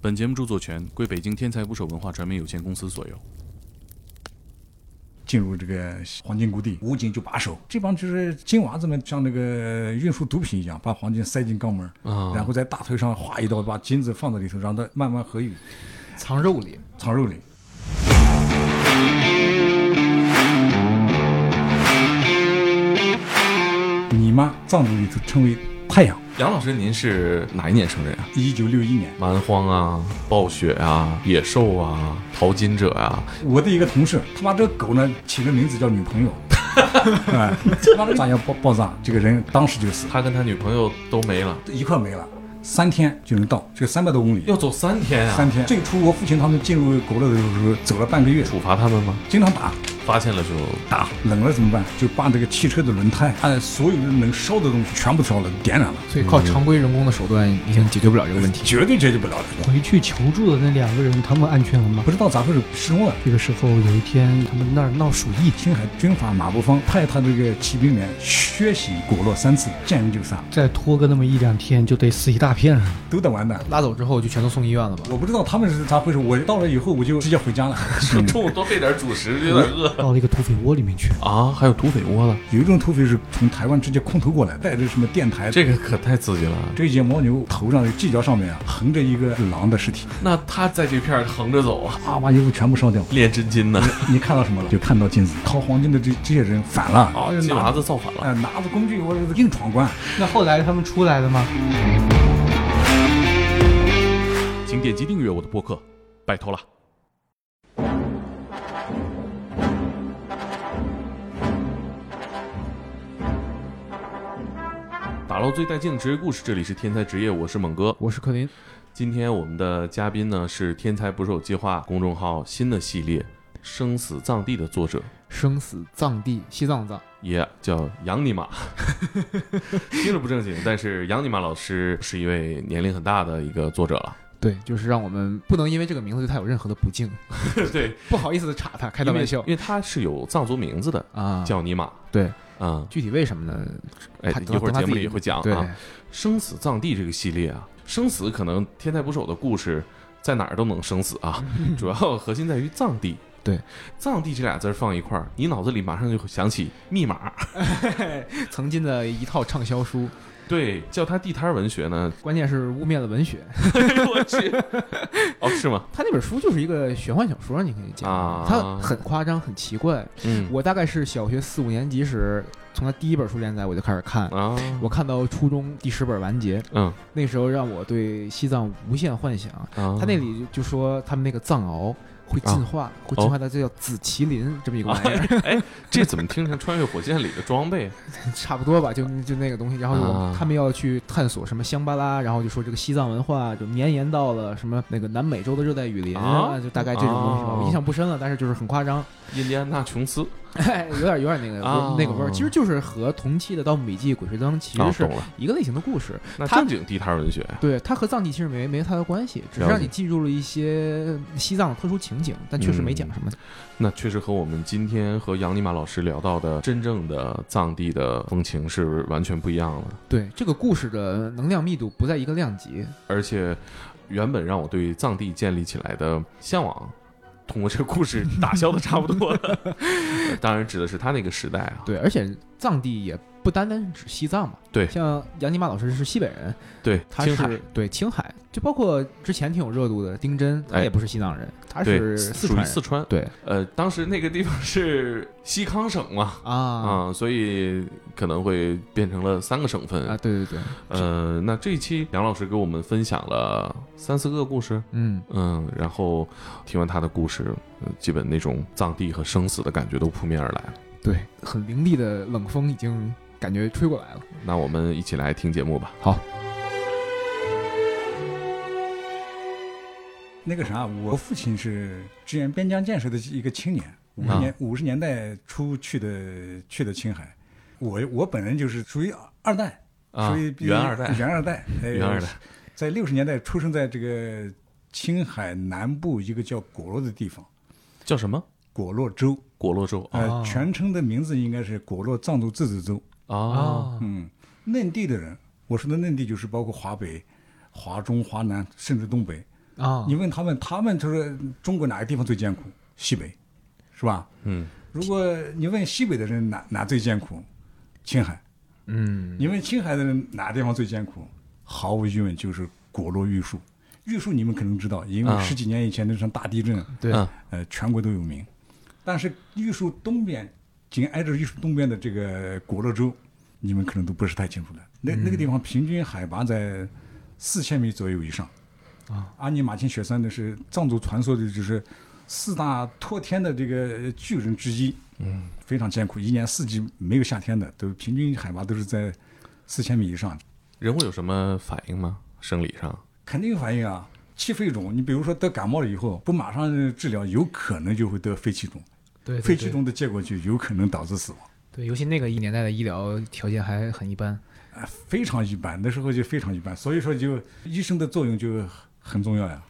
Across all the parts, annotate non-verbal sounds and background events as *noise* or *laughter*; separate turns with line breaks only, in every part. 本节目著作权归北京天才捕手文化传媒有限公司所有。
进入这个黄金谷底，武警就把守，这帮就是金娃子们，像那个运输毒品一样，把黄金塞进肛门，
啊
然后在大腿上划一刀，把金子放在里头，让它慢慢合语，
藏肉里。
藏肉里。你妈藏族里头称为太阳。
杨老师，您是哪一年生人啊？
一九六一年，
蛮荒啊，暴雪啊，野兽啊，淘金者啊，
我的一个同事，他把这个狗呢起了名字叫女朋友， *laughs* 哎，他妈的炸药爆爆炸，这个人当时就死，
他跟他女朋友都没了，
一块没了，三天就能到，这个三百多公里，
要走三天啊！
三天。最初我父亲他们进入国乐的时候走了半个月，
处罚他们吗？
经常打
发现了就
打，冷了怎么办？就把这个汽车的轮胎，按所有的能烧的东西全部烧了，点燃了，
所以
嗯
靠常规人工的手段已经解决不了这个问题。
绝对解决不了的。
回去求助的那两个人，他们安全了吗
不？知道咋回事失踪了。
这个时候有一天，他们那儿闹鼠疫，
青海军阀马步芳派他这个骑兵连血洗果洛三次，见人就杀，
再拖个那么一两天，就得死一大片人。
都得完蛋。
拉走之后就全都送医院了吧？
我不知道他们是咋回事，我到了以后我就直接回 *laughs* 家了。嗯
中午多备点主食，有点饿
到了一个土匪窝里面去，
*laughs* 啊！还有土匪窝了，
有一种土匪是从台湾直接空投过来，带着什么电台。
这个可太刺激了。
这节牦牛头上的犄角上面啊，横着一个狼的尸体，
那他在这片儿横着走啊，
啊，把衣服全部烧掉。
练真金 *laughs* 呢，
你看到什么了？就看到金子。掏黄金的这这些人反了，啊，
金娃
拿着
子造反了。
呃拿着工具，我硬闯关。
那后来他们出来了吗？
请点击订阅我的播客，拜托了。打捞最带劲的职业故事，这里是天才职业，我是猛哥。
我是柯林，
今天我们的嘉宾呢是天才捕手计划公众号新的系列《生死葬地》的作者，
生死葬地，西藏葬。
也、叫杨尼玛， *laughs* 听着不正经，但是杨尼玛老师是一位年龄很大的一个作者了。
对，就是让我们不能因为这个名字对他有任何的不敬，
*laughs* 对，
不好意思的插他，开他
因为
玩笑
因为他是有藏族名字的，
啊。
叫尼玛。
对，
嗯，
具体为什么呢？
哎，
他
一会儿
等他
节目
自己
里会讲
对，
啊。生死葬地这个系列啊，生死可能天才捕手的故事在哪儿都能生死
*laughs*
啊，主要核心在于葬地。
对，
葬地这俩字儿放一块儿，你脑子里马上就会想起密
*laughs*
码。
*laughs* 曾经的一套畅销书，
对，叫它地摊儿文学
*laughs*
呢？
关键是污蔑了文学。
我去，哦，是吗？
他那本书就是一个玄幻小说，你可以讲，
啊
它很夸张，很奇怪。
嗯，
我大概是小学四五年级时，从他第一本书连载我就开始看，
啊，
我看到初中第十本完结，
嗯，
那时候让我对西藏无限幻想。
他
他那里就说他们那个藏獒会进化，
啊
会进化到这叫紫麒
哦
麟这么一个玩
*laughs*
意儿，
哎， *laughs* 这怎么听成穿越火线里的装备？
差不多吧，就就那个东西。然后
啊
他们要去探索什么香巴拉，然后就说这个西藏文化就绵延到了什么那个南美洲的热带雨林
啊
就大概这种东西吧。
哦
我印象不深了，但是就是很夸张， *laughs*
印第安纳琼斯
哎有点有点那个味
啊
儿那个味儿，其实就是和同期的《盗墓笔记》《鬼吹灯》其
啊
实是
懂了，
一个类型的故事。
那
他
正经地摊儿文学
对，它和藏地其实没没太大关系，只
了
是
解
让你记住了一些西藏的特殊情景，但确实没讲什么。
那确实和我们今天和杨尼玛老师聊到的真正的藏地的风情是完全不一样的，
对，这个故事的能量密度不在一个量级。
而且原本让我对藏地建立起来的向往，通过这个故事打消的差不多了。呃 *laughs* 当然指的是他那个时代啊，
对，而且藏地也不单单是指西藏嘛。
对
像杨尼玛老师是西北人，
对，
他
青海
是对青海，就包括之前挺有热度的丁真，他
哎
也不是西藏人，他
对
是
属
四
于
川
四
人。
呃川，
对
呃，当时那个地方是西康省嘛，
啊
啊、所以可能会变成了三个省份。
啊，对对对，
呃，那这一期杨老师给我们分享了三四个故事，
嗯，
嗯，然后听完他的故事，呃基本那种藏地和生死的感觉都扑面而来了。
对，很凌厉的冷风已经感觉吹过来了。
那我们一起来听节目吧。
好，
那个啥，我父亲是支援边疆建设的一个青年，五
啊
十年五十年代初去的去的青海。我我本人就是属于二代，
啊
属于，比
原二代， *laughs*
原二代，哎
原二代，
在六十年代出生在这个青海南部一个叫果洛的地方，
叫什么？
果洛州，
果洛州啊
呃，
哦
全称的名字应该是果洛藏族自治州。
啊，
哦
嗯，嫩地的人，我说的嫩地就是包括华北、华中、华南，甚至东北，
啊，
你问他们，他们就是中国哪个地方最艰苦？西北，是吧？
嗯，
如果你问西北的人哪哪最艰苦，青海；
嗯
你问青海的人哪地方最艰苦，毫无疑问就是果洛玉树。玉树你们可能知道，因
啊
为十几年以前那场大地震，
对
嗯
呃，全国都有名。但是玉树东边，紧挨着玉树东边的这个果洛州，你们可能都不是太清楚的。那那个地方平均海拔在四千米左右以上。
啊，
阿尼玛卿雪山呢是藏族传说的，就是四大托天的这个巨人之一。
嗯，
非常艰苦，一年四季没有夏天的，都平均海拔都是在四千米以上。
人会有什么反应吗？生理上？
肯定有反应啊。气肺肿，你比如说得感冒了以后，不马上治疗，有可能就会得肺气肿。
对，对
肺气
对
肿的结果就有可能导致死亡，
对，尤其那个一年代的医疗条件还很一般。
啊，非常一般，那时候就非常一般。所以说，就医生的作用就很重要呀。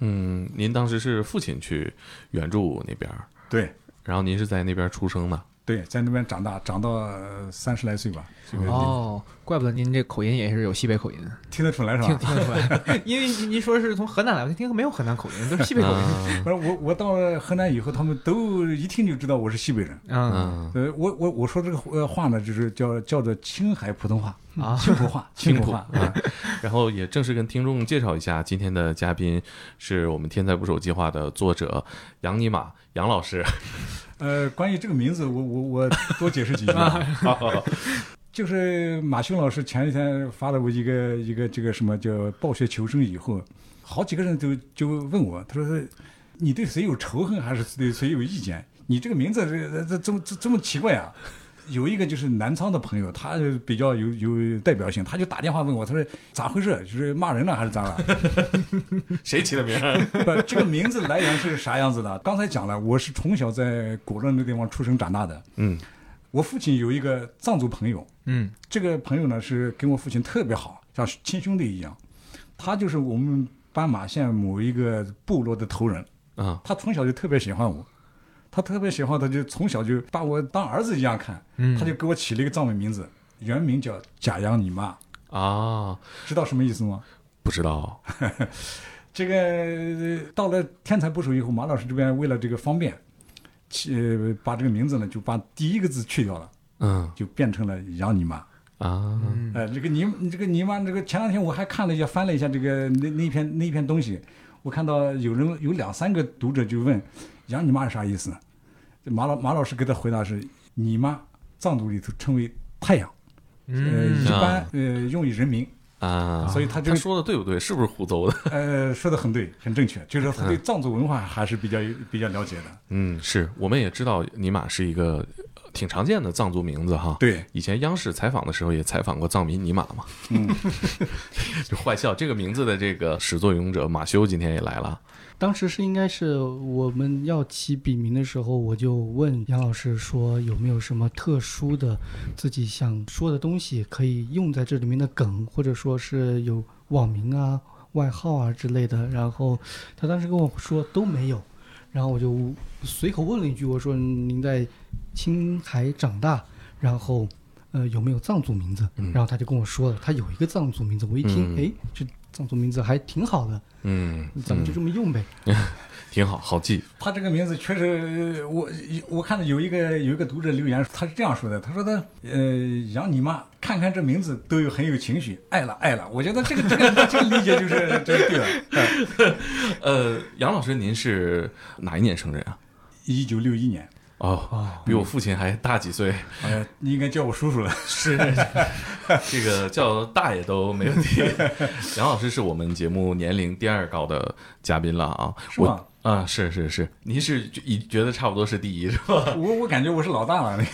嗯，您当时是父亲去援助那边儿，
对
然后您是在那边出生的。
对，在那边长大，长到呃三十来岁吧，这个
哦，怪不得您这口音也是有西北口音，
听得出来是
听
吧？
听得出来。 *laughs* 因为您您说是从河南来的，听没有河南口音，都是西北口音。
嗯
*laughs* 不是我，我到了河南以后，他们都一听就知道我是西北人。
嗯
嗯，
呃，我我我说这个呃话呢，就是叫叫做青海普通话，
啊，
青浦
*laughs*
话，青浦话。啊
然后也正式跟听众介绍一下，今天的嘉宾是我们“天才捕手”计划的作者杨尼玛杨老 *laughs* 师。
呃，关于这个名字，我我我多解释几句吧。 *laughs* 就是马修老师前一天发了我一个一个这个什么叫暴雪求生以后，好几个人都就问我，他说你对谁有仇恨还是对谁有意见？你这个名字这这这么这这么奇怪啊！有一个就是南昌的朋友，他就比较有有代表性，他就打电话问我，他说咋回事？就是骂人了还是咋了？
谁起的名儿？
不，这个名字来源是啥样子的？刚才讲了，我是从小在果勒那地方出生长大的。
嗯
我父亲有一个藏族朋友，
嗯
这个朋友呢是跟我父亲特别好，像亲兄弟一样。他就是我们斑马县某一个部落的头人，
啊
他从小就特别喜欢我，他特别喜欢，他就从小就把我当儿子一样看，
嗯，
他就给我起了一个藏文名字，原名叫贾央你妈，
啊，
知道什么意思吗？
不知道。
这个呃到了天才捕手以后，马老师这边为了这个方便，起呃把这个名字呢就把第一个字去掉了，
嗯
就变成了杨你妈。
啊，
嗯
呃，这个泥，这个泥巴，这个前两天我还看了一下，翻了一下这个那那篇那篇东西，我看到有人有两三个读者就问“养你妈”是啥意思？这马老马老师给他回答是“你妈”，藏族里头称为太阳，呃，一
嗯
般呃用于人民，
啊，
所以他这
他
个
说的对不对？是不是胡诌的？
呃说的很对，很正确，就是说他对藏族文化还是比较比较了解的。
嗯，是我们也知道尼玛是一个呃挺常见的藏族名字哈。
对，
以前央视采访的时候也采访过藏民尼玛 *laughs* 嘛，
嗯，
就坏笑这个名字的这个始作俑者马修今天也来了。
当时是应该是我们要起笔名的时候，我就问杨老师说有没有什么特殊的自己想说的东西可以用在这里面的梗，或者说是有网名啊、外号啊之类的。然后他当时跟我说都没有，然后我就随口问了一句，我说您在青海长大，然后。呃，有没有藏族名字？
嗯
然后他就跟我说了，他有一个藏族名字。我一听，
嗯
哎、这藏族名字还挺好的，
嗯，
咱们就这么用呗。
挺好，好记。
他这个名字确实，呃我我看到有一个有一个读者留言，他是这样说的，他说他呃养你妈，看看这名字都有很有情绪，爱了爱了，我觉得这个这个这个理解就是这个对了。
呃，杨老师，您是哪一年生人啊？
一九六一年，
哦，比我父亲还大几岁，
呃，你应该叫我叔叔了。
是这个叫大爷都没问
*laughs*
题。杨老师是我们节目年龄第二高的嘉宾了啊，
是
我
吗
啊、是是是，您是觉觉得差不多是第一是吧？
*laughs*
我我感觉我是老大了。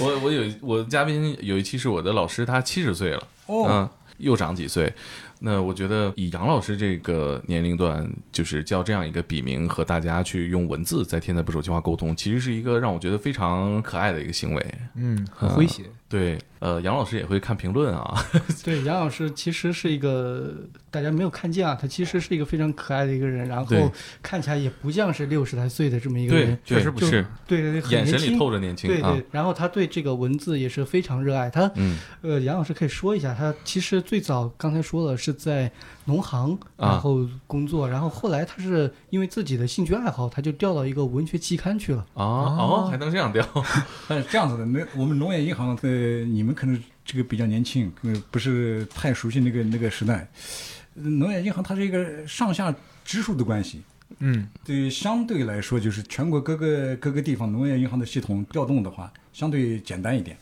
我我有我嘉宾有一期是我的老师，他七十岁了，
哦，
嗯，又长几岁。那我觉得以杨老师这个年龄段，就是叫这样一个笔名和大家去用文字在天才捕手计划沟通，其实是一个让我觉得非常可爱的一个行为。
嗯，很诙谐。
对，呃，杨老师也会看评论啊，
对，杨老师其实是一个大家没有看见啊，他其实是一个非常可爱的一个人，然
对
后看起来也不像是六十来岁的这么一个
对
人，，
确实不，
就是对对对，很
眼神
年
里
轻。
透着年轻
对
啊
对，，然后他对这个文字也是非常热爱。他
嗯，
呃，杨老师可以说一下，他其实最早刚才说了是在农行
啊
然后工作，然后后来他是因为自己的兴趣爱好，他就调到一个文学期刊去了。
啊哦，还能这样调，
但哎是这样子的，那我们农业银行呃，你们可能这个比较年轻，呃，不是太熟悉那个那个时代。呃农业银行它是一个上下直属的关系，
嗯
对，相对来说就是全国各个各个地方农业银行的系统调动的话，相对简单一点，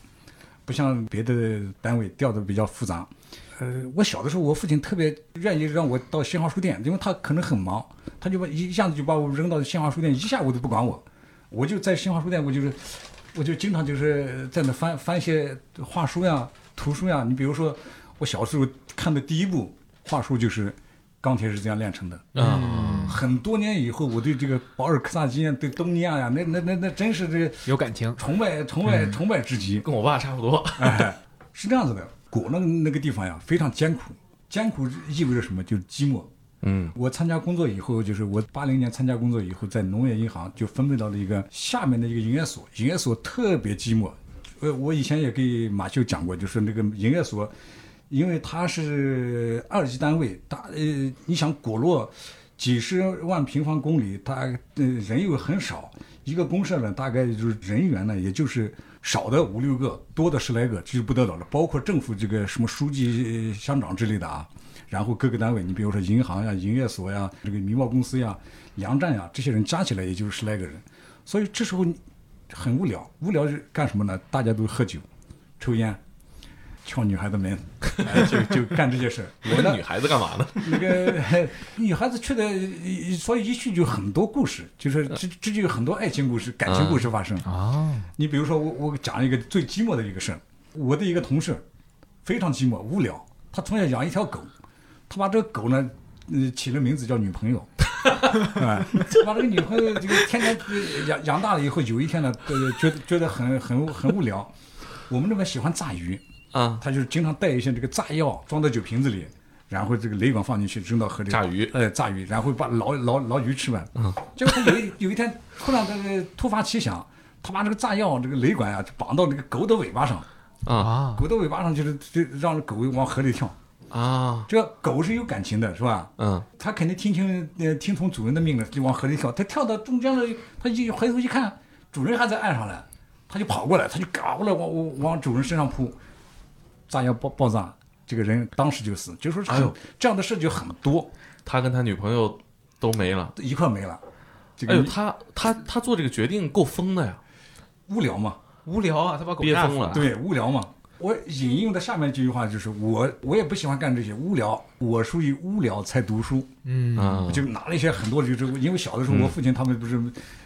不像别的单位调的比较复杂。呃，我小的时候，我父亲特别愿意让我到新华书店，因为他可能很忙，他就把一下子就把我扔到新华书店，一下午都不管我，我就在新华书店，我就是，我就经常就是在那翻翻一些画书呀、图书呀。你比如说，我小时候看的第一部画书就是《钢铁是怎样炼成的》。
嗯，
很多年以后，我对这个保尔柯察金啊，对东尼亚呀，那那那那真是这
有感情，
崇拜崇拜崇拜
*laughs*
至极。
跟我爸差不多，
哎，是这样子的，果那那个地方呀，非常艰苦，艰苦意味着什么？就是寂寞。
*laughs* 嗯
我参加工作以后，就是我八零年参加工作以后，在农业银行就分配到了一个下面的一个营业所，营业所特别寂寞。呃，我以前也给马修讲过，就是那个营业所，因为它是二级单位，它呃，你想果洛几十万平方公里，它呃人又很少，一个公社呢大概就是人员呢，也就是少的五六个，多的十来个，这就不得了了。包括政府这个什么书记、呃乡长之类的啊，然后各个单位，你比如说银行呀、营业所呀、这个民贸公司呀、粮站呀，这些人加起来也就是十来个人，所以这时候你很无聊，无聊是干什么呢？大家都喝酒、
*laughs*
抽烟、敲女孩的门， *laughs* 哎就就干这些事儿。我呢
*laughs* 问女，孩子干嘛呢？
那个呃女孩子去的，所以一去就很多故事，就是这这就有很多爱情故事、感情故事发生。
哦，
你比如说我，我讲一个最寂寞的一个事儿，我的一个同事非常寂寞无聊，他从小养一条狗，他把这个狗呢，呃，起了名字叫女朋友， *laughs* 哎，把这个女朋友这个天天呃养养大了以后，有一天呢，呃，觉得觉得很很很无聊。我们那边喜欢炸鱼，
啊，
他就是经常带一些这个炸药装到酒瓶子里，然后这个雷管放进去扔到河里
炸鱼嗯
呃，炸鱼，然后把老老老鱼吃完。结果他有一有一天突然这个突发奇想，他把这个炸药这个雷管啊就绑到这个狗的尾巴上，
啊，
狗的尾巴上就是就让狗往河里跳。
啊，
这个狗是有感情的，是吧？
嗯，
它肯定听清呃听从主人的命令就往河里跳，它跳到中间了，它一回头一看，主人还在岸上呢，它就跑过来，它就嘎过来往往往主人身上扑，炸药爆爆炸，这个人当时就死，就说是很、
哎呦
这样的事就很多，
他跟他女朋友都没了。
一块没了，这
哎呦，
个
他他他做这个决定够疯的呀！
无聊嘛，
无聊啊，他把狗
憋
炸
疯
死
了
对，无聊嘛。我引用的下面这句话就是我，我也不喜欢干这些无聊，我属于无聊才读书。
嗯
啊
我，就拿了一些很多，就是因为小的时候，我父亲他们不是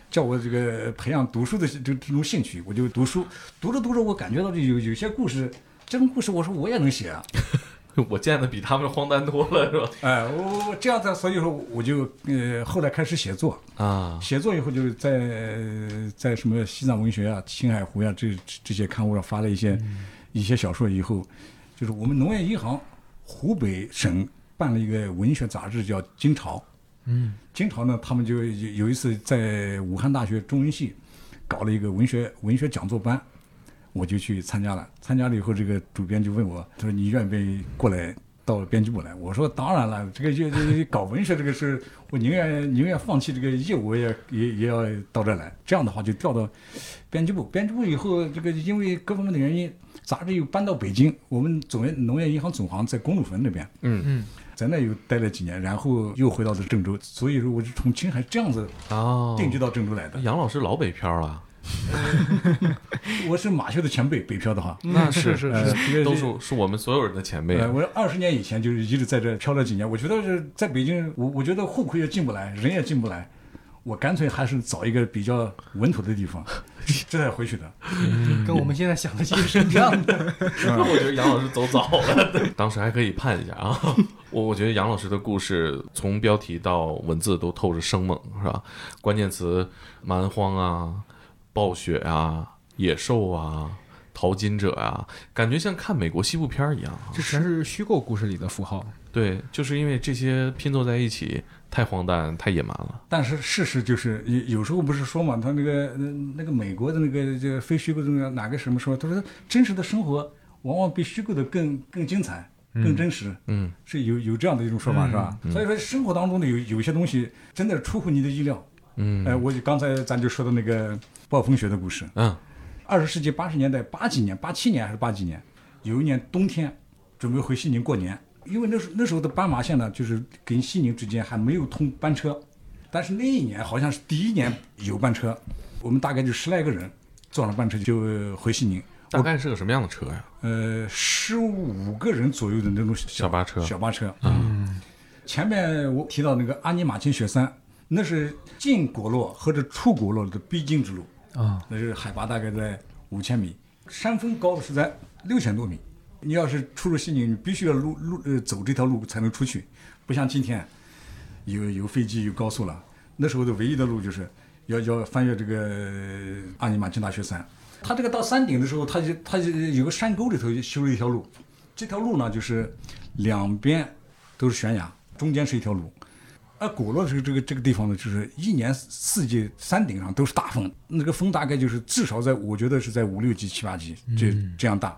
叫我这个培养读书的这这这种兴趣，我就读书，读着读着，我感觉到这有有些故事，这种故事我说我也能写啊，
我见的比他们荒诞多了，是吧？
哎，我我这样子，所以说我就呃后来开始写作，
啊，
写作以后就是在呃在什么西藏文学啊、青海湖呀、这这这些刊物上发了一些一些小说以后，就是我们农业银行湖北省办了一个文学杂志叫《金朝》。
嗯，
金朝呢，他们就有有一次在武汉大学中文系搞了一个文学文学讲座班，我就去参加了。参加了以后，这个主编就问我，他说你愿不愿意过来到编辑部来？我说当然了，这个业业搞文学这个事，我宁愿宁愿放弃这个业务，我也也也要到这儿来。这样的话就调到编辑部，编辑部以后，这个因为各方面的原因，杂志又搬到北京，我们总业农业银行总行在公主坟那边。
嗯，
在那又待了几年，然后又回到了郑州，所以说我是从青海这样子
哦，
定居到郑州来的。
杨老师老北漂了，
我是马修的前辈，北漂的话，
那是
是
呃，这个
都是是我们所有人的前辈
呃，我二十年以前就是一直在这漂了几年。我觉得是在北京，我我觉得户口也进不来，人也进不来，我干脆还是找一个比较稳妥的地方，这才回去的。
嗯
跟我们现在想的其实是一样的。 *laughs*
那 *laughs* 我觉得杨老师走早了， *laughs* 当时还可以盼一下啊。 *laughs* 我我觉得杨老师的故事从标题到文字都透着生猛，是吧？关键词蛮荒啊、暴雪啊、野兽啊、淘金者啊，感觉像看美国西部片儿一样啊。
这全是虚构故事里的符号。
对，就是因为这些拼凑在一起太荒诞、太野蛮了。
但是事实就是，有有时候不是说嘛，他那个呃那个美国的那个这个非虚构的那个哪个什么说，他说真实的生活往往比虚构的更更精彩、更真实，
嗯，
是有有这样的一种说法是吧？所以说生活当中的有有些东西真的出乎你的意料。
嗯，
哎，我就刚才咱就说的那个暴风雪的故事，
嗯，
二十世纪八十年代八几年、八七年还是八几年，有一年冬天，准备回西宁过年，因为那时候那时候的斑马线呢，就是跟西宁之间还没有通班车，但是那一年好像是第一年有班车，我们大概就十来个人坐上班车就回西宁，
大概是个什么样的车呀？
呃，十五个人左右的那种小
小巴车
小巴车。嗯，前面我提到那个阿尼玛钦雪山，那是进国洛或者出国洛的必经之路
啊，
那是海拔大概在五千米，山峰高是在六千多米。你要是出入西宁，你必须要路路呃走这条路才能出去，不像今天啊有有飞机有高速了。那时候的唯一的路就是要要翻越这个呃阿尼玛钦大雪山。它这个到山顶的时候，它就它就有个山沟里头修了一条路，这条路呢就是两边都是悬崖，中间是一条路。而呃古洛这个这个这个地方呢，就是一年四季山顶上都是大风，那个风大概就是至少在我觉得是在五六级七八级这这样大，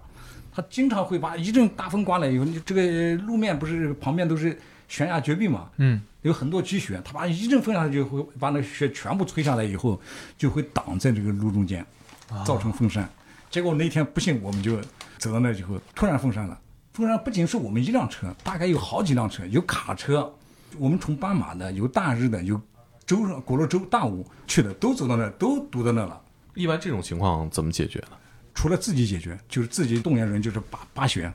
它经常会把一阵大风刮来以后，你这个路面不是旁边都是悬崖绝壁嘛，
嗯，
有很多积雪，它把一阵风下去就会把那雪全部吹下来以后，就会挡在这个路中间，造成封山。结果那天不幸我们就走到那以后，突然封山了。封山不仅是我们一辆车，大概有好几辆车，有卡车，我们从巴马的，有大日的，有州上果洛州大武去的，都走到那儿，都堵到那儿了。
一般这种情况怎么解决呢？
除了自己解决，就是自己动员人，就是拔拔雪。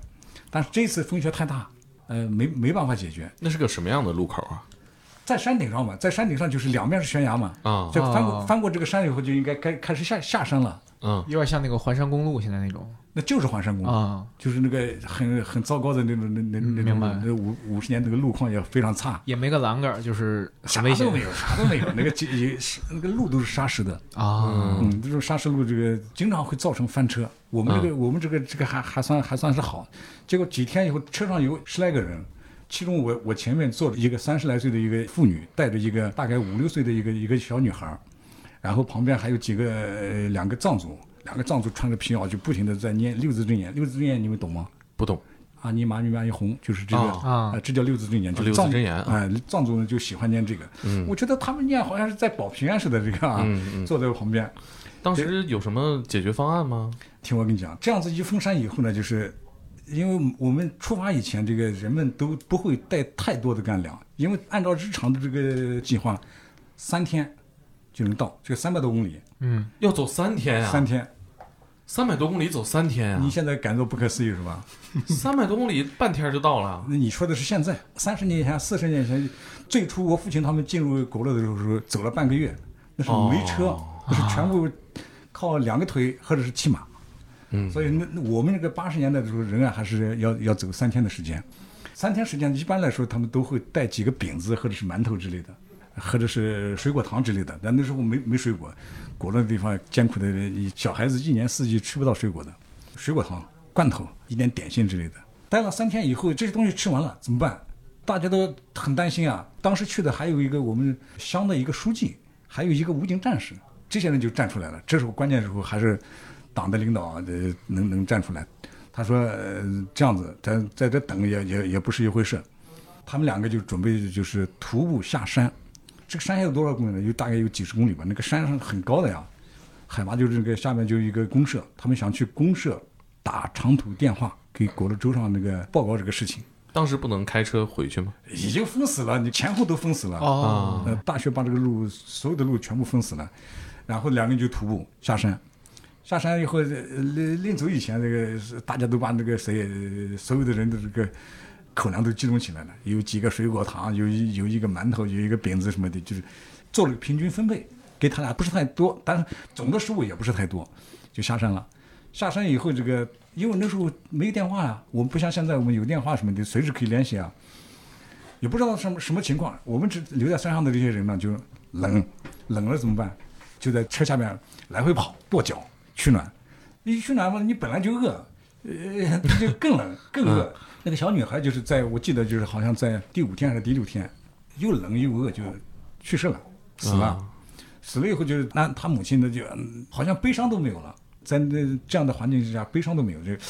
但是这次风雪太大，呃，没没办法解决。
那是个什么样的路口啊？
在山顶上嘛，在山顶上就是两面是悬崖嘛，
啊，
就翻过
哦
翻过这个山以后，就应该开开始下下山了。
嗯，
有点像那个环山公路现在那种
那就是环山公路，
啊，
就是那个很很糟糕的那种那那那那
明白
种那五五十年那个路况也非常差，
也没个栏杆儿，就是
啥
很危险
都没有，啥都没有，那个 *laughs* 就也是那个路都是沙石的，
啊。
嗯，这种沙石路这个经常会造成翻车。我们这
嗯
个、我们这个这个还还算还算是好，结果几天以后车上有十来个人，其中我我前面坐着一个三十来岁的一个妇女，带着一个大概五六岁的一个一个小女孩儿，然后旁边还有几个、呃两个藏族，两个藏族穿着皮袄就不停的在念六字真言，六字真言你们懂吗？
不懂。
阿尼玛尼玛一红，就是这个
啊
呃这叫六字真言，就是
六字
藏
真言啊嗯
哎、藏族人就喜欢念这个。我觉得他们念好像是在保平安似的，这个啊，坐在我旁边。
当时有什么解决方案吗？
听我跟你讲，这样子一封山以后呢，就是因为我们出发以前，这个人们都不会带太多的干粮，因为按照日常的这个计划，三天就能到，这个三百多公里，
嗯，
要走三天啊，
三天，
三百多公里走三天啊
你，现在感到不可思议是吧？
*laughs* 三百多公里半天就到了。
那你说的是现在，三十年前、四十年前，最初我父亲他们进入国乐的时候，走了半个月，那是没车，那是全部靠两个腿或者是骑马。
嗯
所以那那我们这个八十年代的时候，仍然还是要要走三天的时间。三天时间一般来说，他们都会带几个饼子或者是馒头之类的，或者是水果糖之类的。但那时候没没水果，国内地方艰苦的人，小孩子一年四季吃不到水果的，水果糖、罐头、一点点心之类的。待了三天以后，这些东西吃完了怎么办？大家都很担心啊。当时去的还有一个我们乡的一个书记，还有一个武警战士，这些人就站出来了。这时候关键时候还是党的领导啊呃能能站出来。他说、呃、这样子，咱在这等也也也不是一回事。他们两个就准备就是徒步下山，这个山下有多少公里呢？有大概有几十公里吧。那个山上很高的呀，海拔就是这个下面就是一个公社，他们想去公社打长途电话给国乐州上那个报告这个事情，
当时不能开车回去吗？
已经封死了，你前后都封死了。
哦，
呃，大学把这个路所有的路全部封死了，然后两个人就徒步下山。下山以后，呃临临走以前，这个是大家都把那个谁，呃所有的人的这个口粮都集中起来了，有几个水果糖，有一有一个馒头，有一个饼子什么的，就是做了个平均分配，给他俩不是太多，但是总的食物也不是太多，就下山了。下山以后，这个因为那时候没有电话呀、我们不像现在我们有电话什么的，随时可以联系啊。也不知道什么什么情况，我们只留在山上的这些人呢，就冷，冷了怎么办？就在车下面来回跑跺脚取暖，一去南方你本来就饿，呃，就更冷更饿。那个小女孩就是在我记得就是好像在第五天还是第六天，又冷又饿就去世了，死了。
啊
死了以后就是那他母亲的就嗯好像悲伤都没有了，在那这样的环境之下悲伤都没有，就就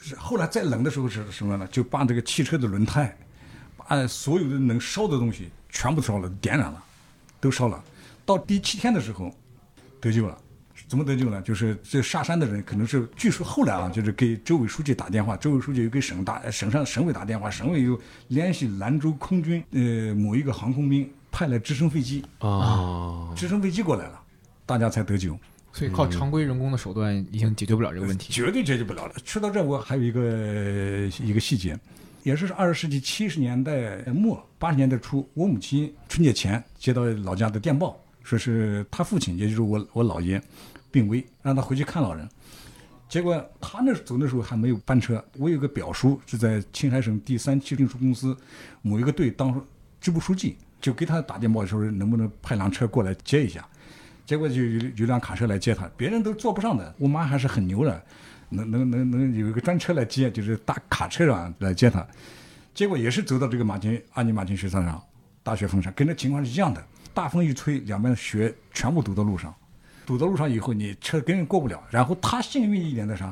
是后来再冷的时候是什么呢？就把这个汽车的轮胎，把所有的能烧的东西全部烧了，点燃了，都烧了。到第七天的时候得救了。怎么得救呢？就是这下山的人可能是，据说后来啊，就是给州委书记打电话，州委书记又给省大、省上省委打电话，省委又联系兰州空军呃某一个航空兵派了直升飞机，
啊，
直升飞机过来了，大家才得救，
所以
嗯
靠常规人工的手段已经解决不了这个问题。
绝对解决不了了。说到这，我还有一个呃一个细节，也是二十世纪七十年代末八十年代初，我母亲春节前接到老家的电报，说是她父亲，也就是我我姥爷病危，让她回去看老人。结果他那走那时候还没有班车，我有个表叔是在青海省第三汽运输公司某一个队当支部书记，就给他打电报说能不能派辆车过来接一下。结果就有有辆卡车来接他，别人都坐不上的。我妈还是很牛的，能能能能有一个专车来接，就是大卡车上来接他。结果也是走到这个马琴阿尼马琴雪山上，大雪封山，跟这情况是一样的。大风一吹，两边的雪全部堵到路上，堵到路上以后，你车根本过不了。然后他幸运一点的啥，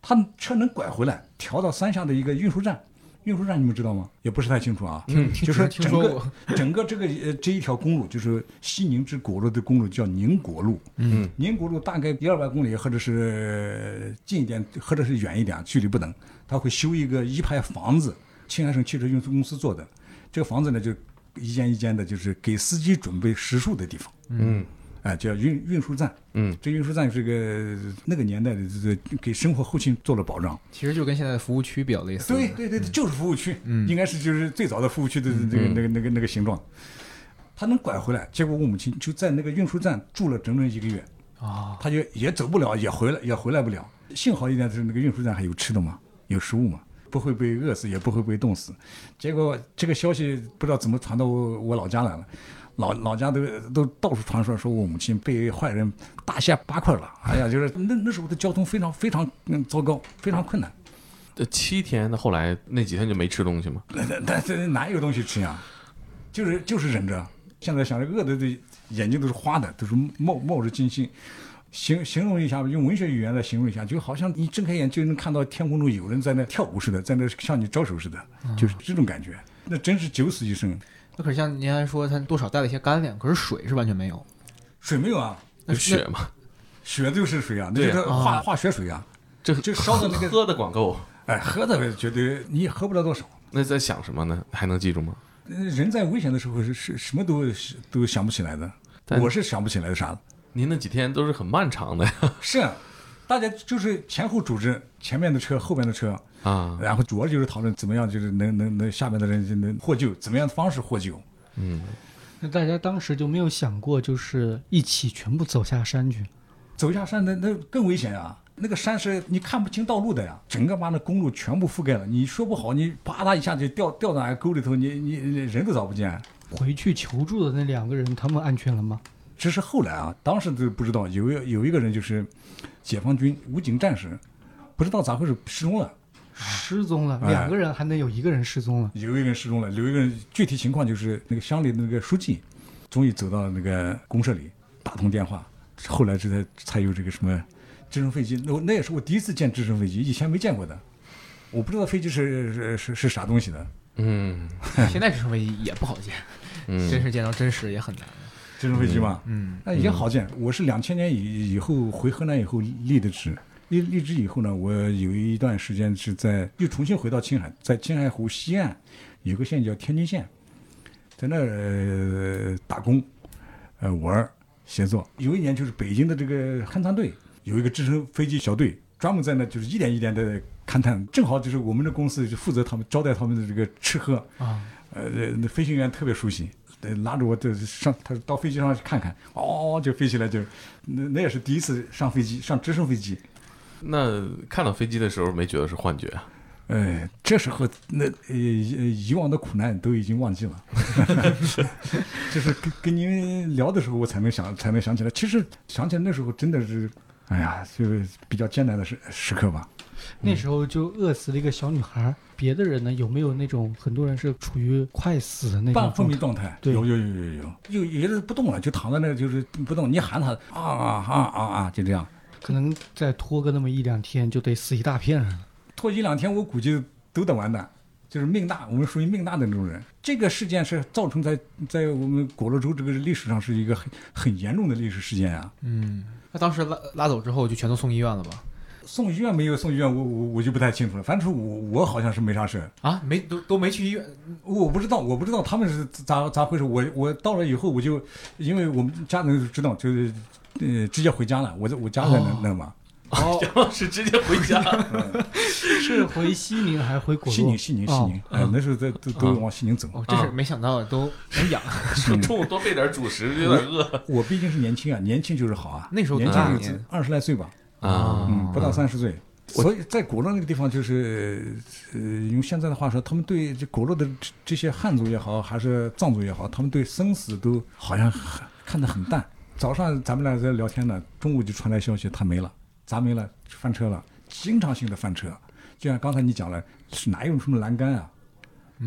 他车能拐回来，调到山下的一个运输站。运输站你们知道吗？也不是太清楚啊。
嗯，听
就是
听
整
说
个
过，
整个这个呃这一条公路，就是西宁至果洛的公路叫宁果路。
嗯，
宁国路大概一二百公里，或者是近一点，或者是远一点，距离不等，他会修一个一排房子，青海省汽车运输公司做的。这个房子呢，就一间一间的，就是给司机准备食宿的地方，
嗯
哎、叫运运输站。
嗯，
这运输站是个那个年代的，这这给生活后勤做了保障。
其实就跟现在的服务区比较类似。
对对对，就是服务区，
嗯
应该是就是最早的服务区的这个、那个那个那个形状。他能拐回来，结果我母亲就在那个运输站住了整整一个月，
啊，
他就也走不了，也回来也回来不了。幸好一点是那个运输站还有吃的嘛，有食物嘛，不会被饿死，也不会被冻死。结果这个消息不知道怎么传到我我老家来了，老老家都都到处传说说我母亲被坏人大卸八块了。哎呀，就是那那时候的交通非常非常嗯糟糕，非常困难。
这七天，那后来那几天就没吃东西吗？
那那那这哪有东西吃呀？就是就是忍着。现在想着饿的这眼睛都是花的，都是冒冒着金星。形形容一下，用文学语言来形容一下，就好像你睁开眼就能看到天空中有人在那跳舞似的，在那向你招手似的，
嗯
就是这种感觉。那真是九死一生。
那可是像您还说他多少带了一些干粮，可是水是完
*laughs*
全没有。
水没有啊，
有
那
血嘛，
血就是水啊，那就是
对
化
啊
化学水啊。
这
就烧的那个
喝的管够，
哎，喝的绝对你也喝不了多少。
那在想什么呢？还能记住吗？
呃人在危险的时候是是什么都是都想不起来的，
但
我是想不起来啥的。
您那几天都是很漫长的呀
是，啊大家就是前后组织，前面的车，后面的车，
啊，
然后主要就是讨论怎么样，就是能能能下面的人就能获救，怎么样的方式获救。
嗯，
那大家当时就没有想过，就是一起全部走下山去。
走下山那那更危险啊！那个山是你看不清道路的呀，整个把那公路全部覆盖了，你说不好，你啪嗒一下就掉掉到哪个沟里头，你你你人都找不见。
回去求助的那两个人，他们安全了吗？
这是后来啊，当时都不知道有一有一个人就是解放军武警战士，不知道咋回事失踪了。
失踪了，
哎
两个人还能有一个人失踪了。
有一个人失踪了，有一个人具体情况就是那个乡里的那个书记，终于走到那个公社里打通电话，后来这才才有这个什么直升飞机，那我那也是我第一次见直升飞机，以前没见过的，我不知道飞机是是是是啥东西的，
嗯
现在直升飞机也不好见， *laughs* 真
嗯，
是见到真实也很难。
直升飞机嘛，
嗯，
那也好见。我是两千年以以后回河南以后立的职，立立职以后呢，我有一段时间是在又重新回到青海，在青海湖西岸有个县叫天津县，在那儿、呃打工，呃玩儿协作。有一年就是北京的这个勘探队有一个直升飞机小队，专门在那就是一点一点的勘探，正好就是我们的公司就负责他们招待他们的这个吃喝。
啊，
呃，那飞行员特别熟悉，呃拉着我这上，他说到飞机上去看看，哦，就飞起来就是，那那也是第一次上飞机，上直升飞机，
那看到飞机的时候没觉得是幻觉啊？ *laughs*
哎，这时候那呃以往的苦难都已经忘记了， *laughs* 就是跟跟您聊的时候，我才能想才能想起来。其实想起来那时候真的是哎呀，就是比较艰难的时时刻吧。
那时候就饿死了一个小女孩儿。别的人呢，有没有那种很多人是处于快死的那
半
种
昏
状
迷
态？
状态，
对
有有有有有，有有的不动了，就躺在那儿就是不动，你喊他啊啊啊啊啊，就这样。
可能再拖个那么一两天，就得死一大片人了。
拖一两天，我估计都得完蛋，就是命大，我们属于命大的那种人。这个事件是造成在在我们果洛州这个历史上是一个很很严重的历史事件啊。
嗯，他当时拉拉走之后就全都送医院了吧？
送医院没有送医院，我我我就不太清楚了。反正我我好像是没啥事儿，
啊，没都都没去医院，
我不知道我不知道他们是咋咋回事。我我到了以后，我就因为我们家人都知道，就是呃直接回家了。我在我家在那、
哦
那嘛，
哦，
杨老师直接回家，
是回西宁还是回果
西
洛
宁？西宁西
哦
宁，哎、那时候在都都
啊
往西宁走。
哦，真是没想到都能养。
说中午多备点主食，有点饿
我毕竟是年轻啊，年轻就是好啊。
那时候
年
多大
轻
年
二十来岁吧。
啊
嗯，不到三十岁。所以在果洛那个地方，就是呃，用现在的话说，他们对这果洛的这这些汉族也好，还是藏族也好，他们对生死都好像很看得很淡。早上咱们俩在聊天呢，中午就传来消息他没了，砸没了，翻车了，经常性的翻车。就像刚才你讲了，是哪有什么栏杆啊？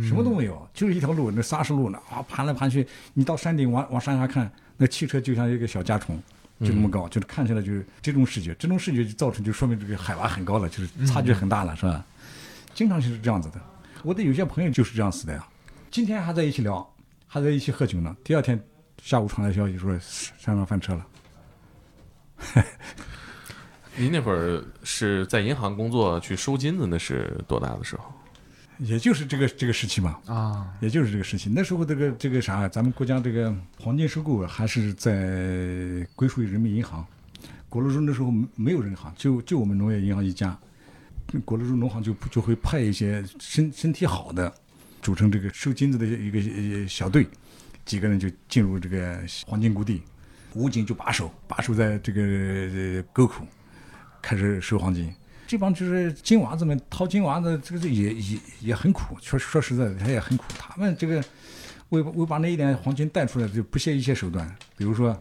什么都没有，就是一条路，那沙石路呢啊，盘来盘去。你到山顶往往山下看，那汽车就像一个小家虫，就这么高，就是看起来就是这种视觉，这种视觉就造成就说明这个海拔很高了，就是差距很大了，是吧？经常就是这样子的。我的有些朋友就是这样死的呀。今天还在一起聊，还在一起喝酒呢。第二天下午传来消息说山上翻车了，
您那会儿是在银行工作去收金子，那是多大的时
啊
候？
也就是这个这个时期嘛，
啊，
也就是这个事情。那时候这个这个啥，咱们国家这个黄金收购还是在归属于人民银行。国乐中那时候没有人行，就就我们农业银行一家。国乐中农行就就会派一些身身体好的，组成这个收金子的一个一个小队，几个人就进入这个黄金谷地，武警就把守，把守在这个呃沟口，开始收黄金。这帮就是金娃子们掏金娃子，这个也也也很苦。说说实在的，他也很苦。他们这个为为把那一点黄金带出来，就不惜一切手段，比如说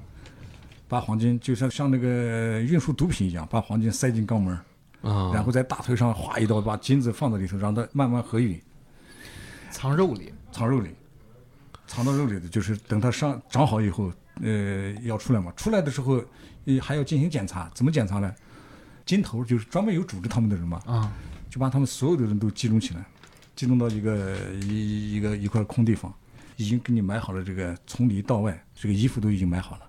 把黄金就像像那个运输毒品一样，把黄金塞进肛门儿，
啊，
然后在大腿上划一刀，把金子放在里头，让它慢慢合匀，
藏肉里，
藏肉里，藏到肉里的就是等它上长好以后，呃，要出来嘛。出来的时候，呃，还要进行检查，怎么检查呢？金头就是专门有组织他们的人嘛，
啊，
就把他们所有的人都集中起来，集中到一个一一个一块空地方，已经给你买好了这个从里到外这个衣服都已经买好了，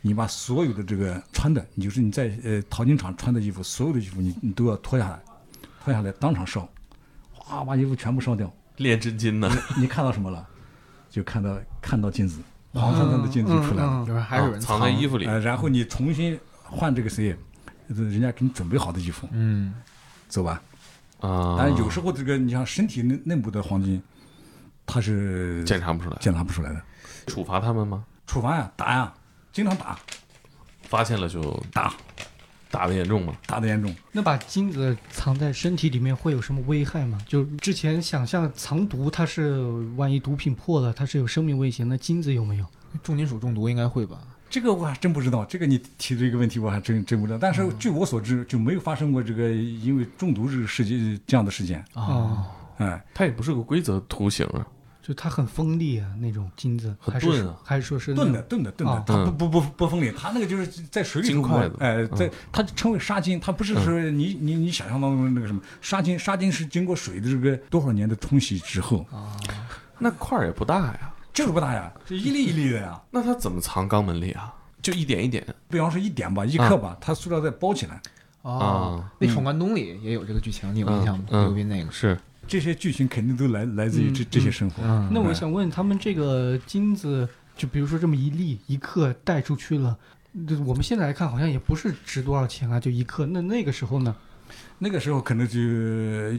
你把所有的这个穿的，你就是你在呃淘金厂穿的衣服，所有的衣服你你都要脱下来，脱下来当场烧，哗把衣服全部烧掉，
炼真金呢？
你看到什么了？就看到看到金子，黄灿灿的金子就出来了。
就是还有人
啊藏在衣服里
呃，然后你重新换这个谁，人家给你准备好的衣服，
嗯，
走吧。
啊，
但有时候这个你像身体内内部的黄金，它是
检查不出来，
检查不出来的。
嗯处罚他们吗？
处罚呀，打呀，经常打，
发现了就
打，
打的严重吗？
打的严重。
那把金子藏在身体里面会有什么危害吗？就之前想象藏毒，它是万一毒品破了，它是有生命危险。那金子有没有？
重金属中毒应该会吧？
这个我还真不知道，这个你提这个问题我还真真不知道。但是据我所知，就没有发生过这个因为中毒这个事件这样的事件。
啊
哦，
哎，
它也不是个规则图形啊，
就它很锋利啊，那种金子，
很
还是
钝啊
还是说是那
炖
种
的炖的炖的
哦，
它不
嗯
不不不锋利，它那个就是在水里头
金
磨
块子
哎，在
嗯
它称为沙金，它不是
嗯
说你你你想象当中那个什么沙金，沙金是经过水的这个多少年的冲洗之后，
啊
那块儿也不大呀，
就是不大呀，是一粒一粒的呀。
那它怎么藏肛门里啊？就一点一点
比方说一点吧，一克
嗯
吧，它塑料袋包起来。
哦，那《闯关东》里也有这个剧情，你有印象吗？
啊嗯嗯嗯
刘斌那个，
是
这些剧情肯定都来来自于这
嗯
这些生活。
嗯，
那我想问，他们这个金子，就比如说这么一粒一克带出去了，那我们现在来看好像也不是值多少钱啊，就一克。那那个时候呢？
那个时候可能就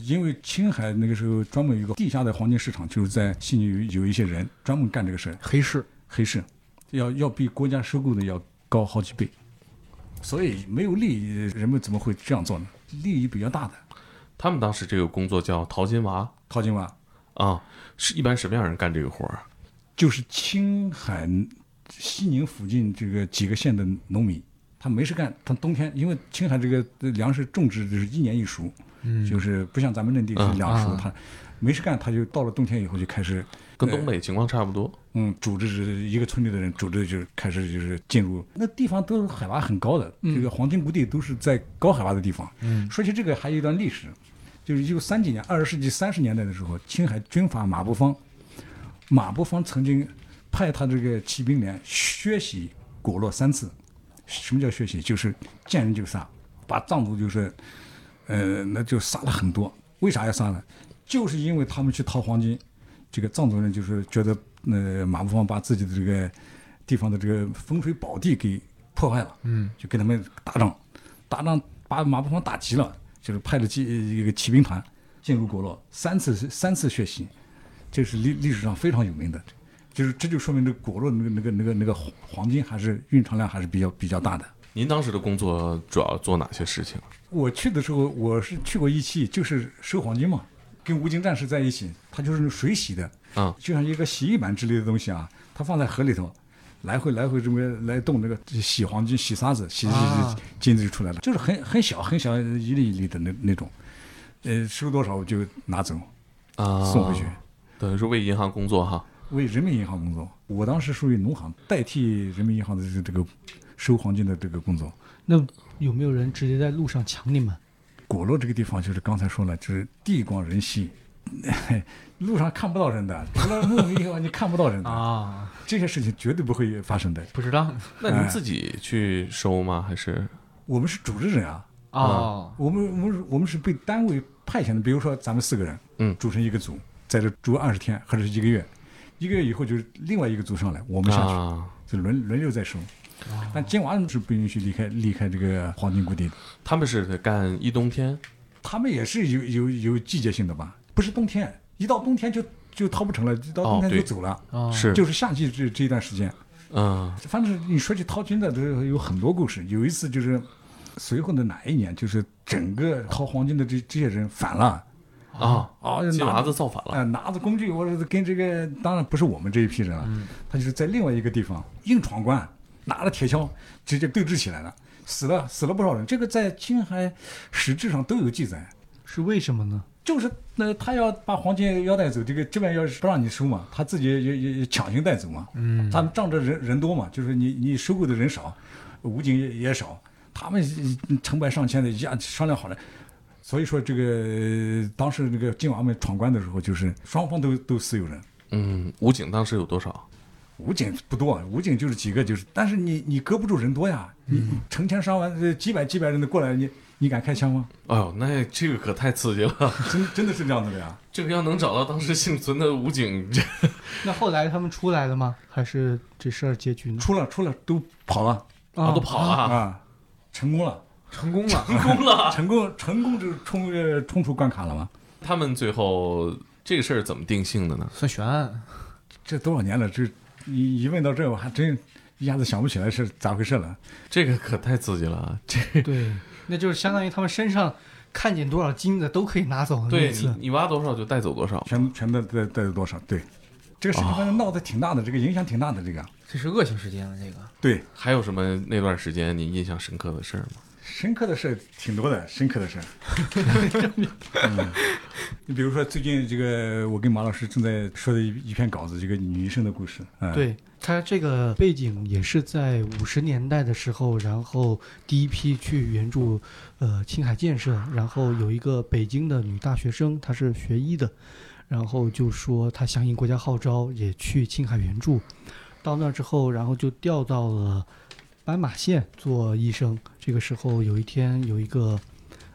因为青海那个时候专门有一个地下的黄金市场，就是在悉尼有有一些人专门干这个事儿，
黑市
黑市，要要比国家收购的要高好几倍，所以没有利益，人们怎么会这样做呢？利益比较大的
他们当时这个工作叫淘金娃
淘金娃，
啊，是一般什么样人干这个活儿啊？
就是青海西宁附近这个几个县的农民，他没事干，他冬天因为青海这个呃粮食种植就是一年一熟，
嗯
就是不像咱们内地是两熟，
嗯啊
他没事干，他就到了冬天以后就开始
跟东北情况差不多。
嗯，组织是一个村里的人组织就是开始就是进入那地方都是海拔很高的，这个黄金谷地都是在高海拔的地方。
嗯
说起这个还有一段历史，就是一九三几年二十世纪三十年代的时候，青海军阀马步芳，马步芳曾经派他这个骑兵连血洗果洛三次。什么叫血洗？就是见人就杀，把藏族就是，呃，那就杀了很多。为啥要杀呢？就是因为他们去掏黄金，这个藏族人就是觉得，呃，马步芳把自己的这个地方的这个风水宝地给破坏了，
嗯，
就跟他们打仗，打仗把马步芳打急了，就是派了骑一个骑兵团进入果洛，三次三次血洗，这是历历史上非常有名的，就是这就说明这个果洛那个那个那个那个黄黄金还是蕴藏量还是比较比较大的。
您当时的工作主要做哪些事情？
我去的时候，我是去过一期，就是收黄金嘛，跟吴京战士在一起，他就是水洗的，
啊
就像一个洗衣板之类的东西啊，它放在河里头，来回来回这么来动那个洗黄金、洗沙子、洗洗
啊
洗，金子就出来了，就是很很小很小一粒一粒的那那种，呃，收多少我就拿走
啊，
送回去。
等于是为银行工作哈。
为人民银行工作，我当时属于农行，代替人民银行的这个这个收黄金的这个工作。
那有没有人直接在路上抢你们？
果洛这个地方就是刚才说了，就是地广人稀， *laughs* 路上看不到人的，除了那种地方你看不到人的，
啊，
这些事情绝对不会发生的。
不知道
那您自己去收吗？还是
我们是组织人啊，
哦，
我们我们是我们是被单位派遣的，比如说咱们四个人，
嗯
组成一个组，在这住二十天或者是一个月，一个月以后就是另外一个组上来，我们下去、
啊？
就轮轮流再收。但金娃是不允许离开离开这个黄金谷地的，
他们是干一冬天
他们也是有有有季节性的吧？不是冬天，一到冬天就就掏不成了，一到冬
哦
天就
对
走了。
哦
是
就是夏季这这一段时间，
嗯
反正你说起掏金的，这有很多故事。有一次就是随后的哪一年，就是整个掏黄金的这这些人反了
啊，
啊，
金
拿
娃
着
子造反
啊、
了
拿着工具，我说跟这个当然不是我们这一批人了，
嗯
他就是在另外一个地方硬闯关，拿着铁锹直接对峙起来了，死了死了不少人，这个在青海史志上都有记载。
是为什么呢？
就是那、他要把黄金要带走，这个这边要是不让你收嘛，他自己也也也强行带走嘛。嗯，他们仗着人人多嘛，就是你你收购的人少，武警也也少，他们呃成百上千的一下商量好了。所以说，这个呃当时那个金娃们闯关的时候，就是双方都都死有人，
嗯，武警当时有多少？
武警不多，武警就是几个，就是，但是你你隔不住人多呀，你成千上万、呃几百几百人的过来，你你敢开枪吗？
哎呦，那这个可太刺激了！ *laughs*
真真的是这样子的呀。
这个要能找到当时幸存的武警，这
那后来他们出来了吗？还是这事儿结局呢？
出了出了都跑了
啊
哦
都跑了啊，
啊，成功了。
成功了， *laughs*
成功了。
成功成功就是冲呃冲出关卡了吗？
他们最后这个事儿怎么定性的呢？
算悬案，
这多少年了，这一一问到这，我还真一下子想不起来是咋回事了。
这个可太刺激了啊！这
对，那就是相当于他们身上看见多少金子都可以拿走的那
对
一
你
次。
你挖多少就带走多少。
全全都带带了多少？对，这个事情反正闹得挺大的，这个影响挺大的。这个
这是恶性事件了，啊这个
对
还有什么那段时间您印象深刻的事儿吗？
深刻的事挺多的，深刻的事。 *laughs* 嗯， *laughs* 你比如说最近这个，我跟马老师正在说的一一篇稿子，这个女医生的故事。嗯，，
对他这个背景也是在五十年代的时候，然后第一批去援助呃青海建设，然后有一个北京的女大学生，她是学医的，然后就说她响应国家号召也去青海援助，到那儿之后，然后就调到了斑马线做医生。这个时候有一天有一个，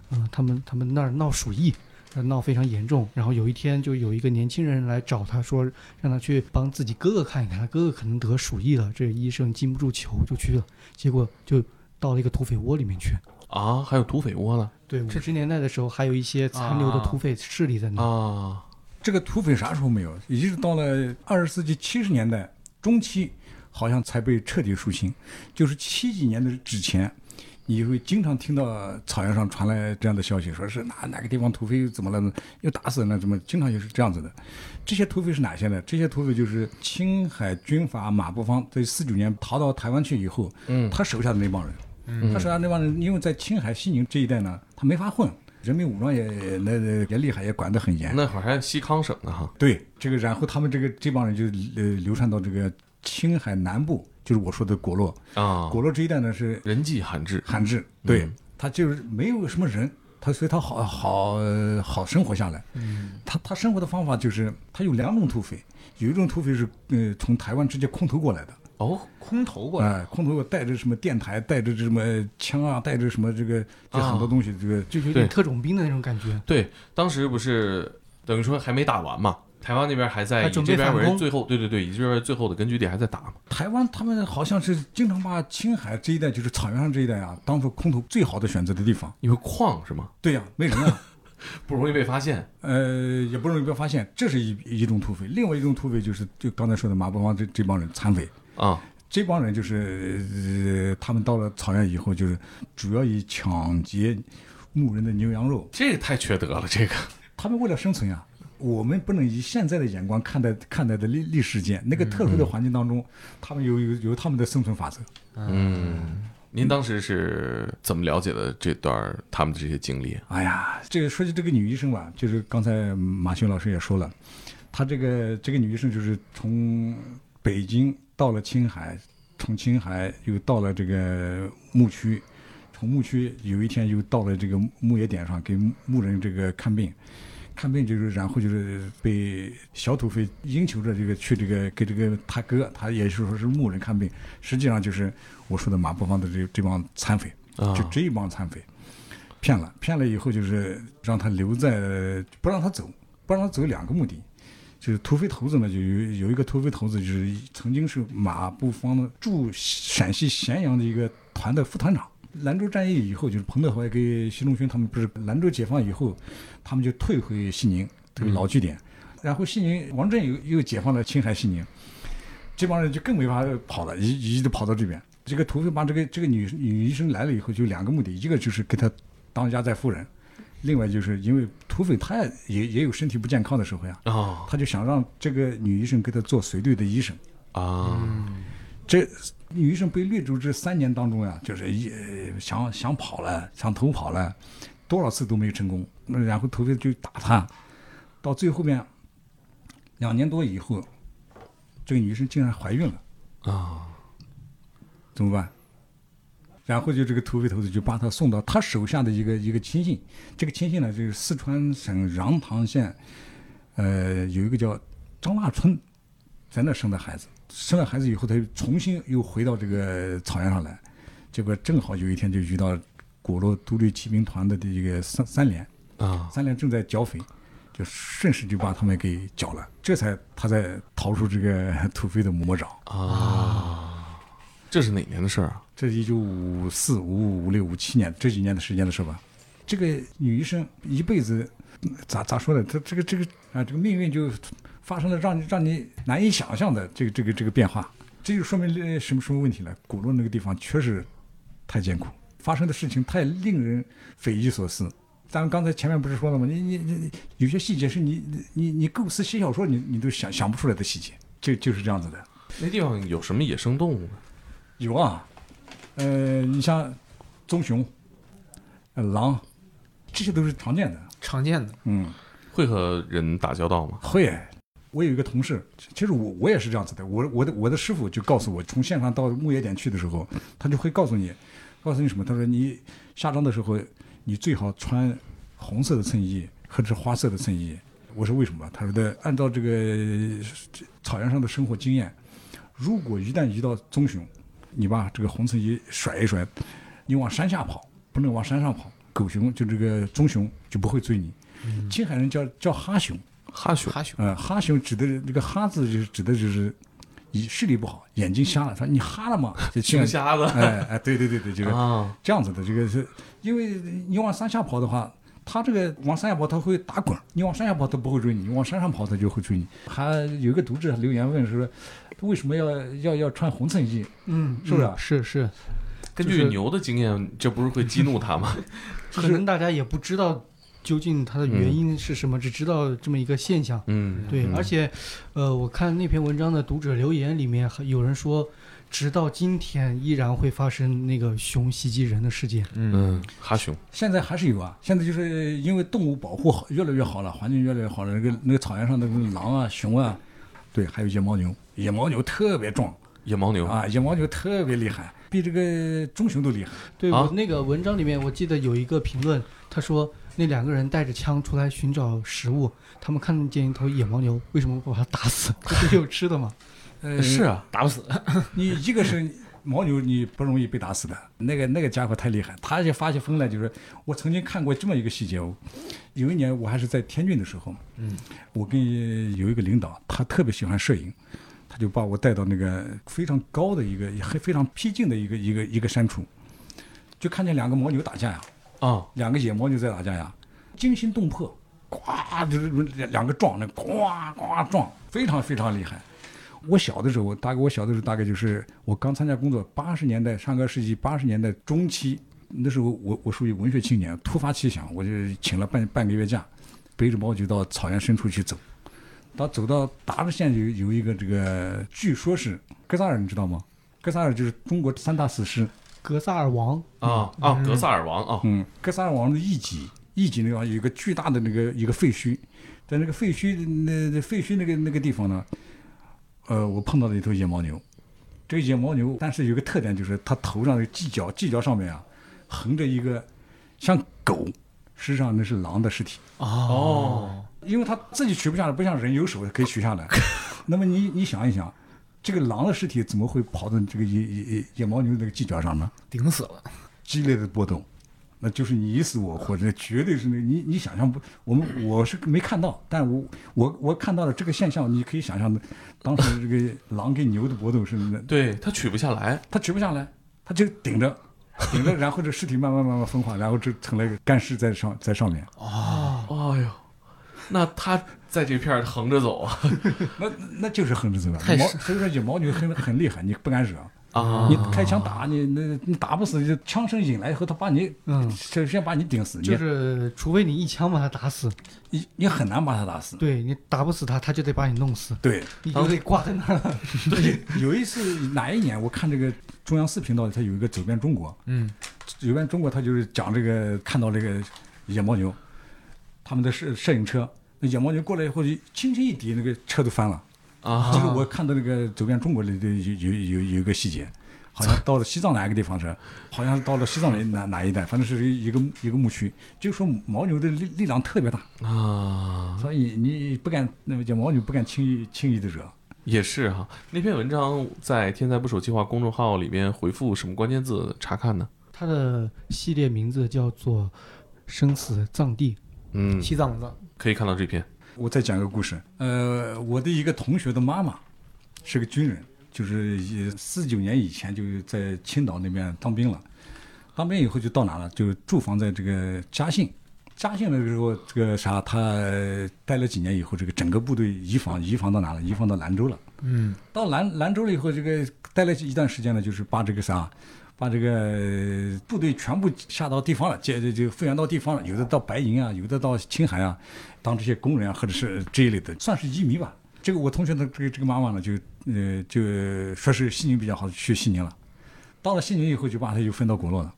呃，他们他们那儿闹鼠疫。呃闹非常严重，然后有一天就有一个年轻人来找他说，让他去帮自己哥哥看一看，他哥哥可能得鼠疫了。这医生禁不住求，就去了，结果就到了一个土匪窝里面去。
啊，还有土匪窝呢
对，五十年代的时候，还有一些残留的土匪势力在那。
啊！
这个土匪啥时候没有？一直到了二十世纪七十年代中期，好像才被彻底肃清。就是七几年的之前，你会经常听到草原上传来这样的消息，说是哪哪个地方土匪又怎么了，又打死人了，怎么？经常也是这样子的。这些土匪是哪些呢？这些土匪就是青海军阀马步芳在四九年逃到台湾去以后，
嗯
他手下的那帮人。
嗯
他说他那帮人，因为在青海、西宁这一带呢，他没法混，人民武装也那那也厉害，也管得很严。
那会儿还西康省呢哈，
对这个，然后他们这个这帮人就呃流窜到这个青海南部，就是我说的果洛。
啊，
果洛这一带呢是
人迹罕至，
汉制，对、
嗯
他就是没有什么人，他所以他好好呃好生活下来。他他生活的方法就是他有两种土匪，有一种土匪是呃从台湾直接空投过来的，
哦，空投过来，
哎、空投带着什么电台，带着什么枪啊，带着什么这个这
啊
很多东西，这个
就有
对
点特种兵的那种感觉。
对，当时不是等于说还没打完嘛，台湾那边还在
还
以
准
这
备
边为
反攻
最后，对对对，以这边为最后的根据地还在打嘛，
台湾他们好像是经常把青海这一带，就是草原上这一带啊，当做空投最好的选择的地方。
因为矿是吗？
对呀、没人啊，
不容易被发现，
呃，也不容易被发现，这是一一种土匪。另外一种土匪就是就刚才说的马步芳这这帮人残匪，
啊，
这帮人就是、呃、他们到了草原以后，就是主要以抢劫牧人的牛羊肉。
这也太缺德了，这个
他们为了生存呀、我们不能以现在的眼光看待看待的历历史事件。那个特殊的环境当中，他们有有有他们的生存法则。
嗯
嗯您当时是怎么了解的这段儿他们的这些经历？
哎呀，这个说起这个女医生吧，就是刚才马修老师也说了，她这个这个女医生就是从北京到了青海，从青海又到了这个牧区，从牧区有一天又到了这个牧野点上给牧人这个看病。看病就是，然后就是被小土匪央求着这个去这个给这个他哥，他也是说是牧人看病，实际上就是我说的马步芳的这这帮残匪，
啊
就这一帮残匪骗了，骗了以后就是让他留在，不让他走，不让他走两个目的，就是土匪头子呢，就有有一个土匪头子就是曾经是马步芳的驻陕西咸阳的一个团的副团长。兰州战役以后，就是彭德怀跟习仲勋他们不是兰州解放以后，他们就退回西宁这个老据点，然后西宁王震又又解放了青海西宁，这帮人就更没法跑了，一一直跑到这边。这个土匪帮这个这个女女医生来了以后，就两个目的，一个就是给她当压寨夫人，另外就是因为土匪他也也有身体不健康的时候呀，
啊
他就想让这个女医生给他做随队的医生。
啊，
嗯
这女医生被掠逐这三年当中呀，就是一呃想想跑了，想逃跑了，多少次都没成功。那然后土匪就打他，到最后面两年多以后，这个女医生竟然怀孕了
啊，
怎么办？然后就这个土匪头子就把她送到他手下的一个一个亲信，这个亲信呢就是四川省穰塘县，呃，有一个叫张腊春，在那生的孩子。生了孩子以后，他又重新又回到这个草原上来，结果正好有一天就遇到果洛独立骑兵团的这个三三连，
啊，
三连正在剿匪，就顺势就把他们给剿了，这才他才逃出这个土匪的魔掌。
啊这是哪年的事儿啊？
这是一九五四、五五、五六、五七年这几年的时间的事吧。这个女医生一辈子，嗯咋咋说呢？她这个这个啊，这个命运就发生了让你让你难以想象的这个这个这个变化。这就说明呃什么什么问题了？古洛那个地方确实太艰苦，发生的事情太令人匪夷所思。咱们刚才前面不是说了吗？你你你你有些细节是你你你你构思写小说你你都想想不出来的细节，就就是这样子的。
那地方有什么野生动物呢？
有啊，呃，你像棕熊、呃狼，这些都是常见的。
常见的，
嗯，
会和人打交道吗？
会。我有一个同事，其实我我也是这样子的。我我的我的师傅就告诉我，从县上到牧野点去的时候，他就会告诉你，告诉你什么？他说你下庄的时候，你最好穿红色的衬衣或者是花色的衬衣。我说为什么？他说的按照这个呃草原上的生活经验，如果一旦遇到棕熊，你把这个红衬衣甩一甩，你往山下跑，不能往山上跑。狗熊就这个棕熊就不会追你。青海人叫叫哈熊，
哈
*laughs*
熊
哈熊
呃，哈熊指的那个哈字就是指的就是你视力不好，眼睛瞎了。他说你哈了吗？就这
熊
样。
瞎子
哎哎，对对对对，就是
啊，
这样子的。这个是因为你往山下跑的话，他这个往山下跑他会打滚儿，你往山下跑他不会追你，你往山上跑他就会追你。还有一个读者留言问说，为什么要要要穿红衬衣？
嗯，
是不是啊
嗯是是，
根
就
据
是
牛的经验，这不是会激怒他吗？
可能大家也不知道究竟它的原因是什么，只知道这么一个现象。
嗯，
*laughs* 对，
嗯
而且，呃，我看那篇文章的读者留言里面，还有人说，直到今天依然会发生那个熊袭击人的事件。
嗯
嗯，哈熊，
现在还是有啊，现在就是因为动物保护好越来越好了，环境越来越好了，那个那个草原上的狼啊、熊啊，对，还有野牦牛，野牦牛特别壮
野牦牛，
啊，野牦牛特别厉害，比这个棕熊都厉害。
对、
啊
我那个文章里面，我记得有一个评论，他说那两个人带着枪出来寻找食物，他们看见一头野牦牛，为什么不把它打 *laughs* 死？这不是有吃的吗？
呃，
啊，打不死。
你一个是牦牛，你不容易被打死的。那个那个家伙太厉害，他就发起疯来，就是我曾经看过这么一个细节哦。有一年我还是在天津的时候，
嗯，
我跟有一个领导，他特别喜欢摄影，他就把我带到那个非常高的一个很非常僻静的一个一个一个山处，就看见两个牦牛打架呀，
啊，
两个野牦牛在打架呀，惊心动魄，呱就是两两个撞，那呱呱撞，非常非常厉害。我小的时候，大概我小的时候大概就是我刚参加工作，八十年代上个世纪八十年代中期，那时候我我属于文学青年，突发奇想，我就请了半半个月假，背着包就到草原深处去走。当走到达日县有有一个这个，据说是哥萨尔，你知道吗？哥萨尔就是中国三大死尸，
格萨尔王，
啊啊，格萨尔王啊，
嗯，格萨尔王的遗迹，遗迹那地方有一个巨大的那个一个废墟，在那个废墟那那废墟那个那个地方呢，呃，我碰到了一头野牦牛。这个野牦牛，但是有个特点就是它头上的犄角，犄角上面啊横着一个像狗，实际上那是狼的尸体。
哦，
因为它自己取不下来，不像人有手可以取下来。那么你你想一想，这个狼的尸体怎么会跑到这个野野野野牦牛那个犄角上呢？
顶死了，
激烈的搏斗，那就是你死我活，这绝对是那你你想象不，我们我是没看到，但我我我看到了这个现象，你可以想象的，当时这个狼跟牛的搏斗是那，
对他取不下来，
他取不下来，他就顶着。顶着，然后这尸体慢慢慢慢分化，然后这成了一个干尸在上在上面。
哎呦，那他在这片儿横着走啊
那那就是横着走的。
太
毛
是
所以说野牦牛很很厉害，你不敢惹。
啊
你开枪打你，那你打不死，就枪声引来以后，他把你
嗯，
首先把你顶死，你
就是除非你一枪把它打死，
你你很难把他打死。
对你打不死它，它就得把你弄死，
对，
你就得挂在那儿。
*laughs* 有一次哪一年，我看这个中央四频道，它有一个《走遍中国
嗯，》，
《走遍中国》，它就是讲这个看到这个野牦牛，他们的摄摄影车，那野牦牛过来以后，轻轻一抵，那个车都翻了。
啊，
这个我看到那个《走遍中国》里的有有有有一个细节，好像到了西藏哪一个地方是，好像是到了西藏哪哪哪一带，反正是一个一个牧区。就说牦牛的力力量特别大，
啊，
所以你不敢那么讲，牦牛不敢轻易轻易的惹。
也是哈、那篇文章在“天才不朽计划”公众号里面回复什么关键字查看呢？
它的系列名字叫做《生死藏地》。
嗯，
西藏的，
可以看到这篇。
我再讲一个故事。呃，我的一个同学的妈妈是个军人，就是四九年以前就在青岛那边当兵了。当兵以后就到哪了？就住房在这个嘉兴。嘉兴那个时候，这个啥，他待了几年以后，这个整个部队移防，移防到哪了？移防到兰州了。
嗯，
到兰兰州了以后，这个待了一段时间呢，就是把这个啥，把这个部队全部下到地方了，这这就复员到地方了，有的到白银啊，有的到青海啊，当这些工人啊，或者是这一类的，算是移民吧。这个我同学的这个这个妈妈呢，就呃就说是西宁比较好，去西宁了。到了西宁以后，就把他又分到国洛了，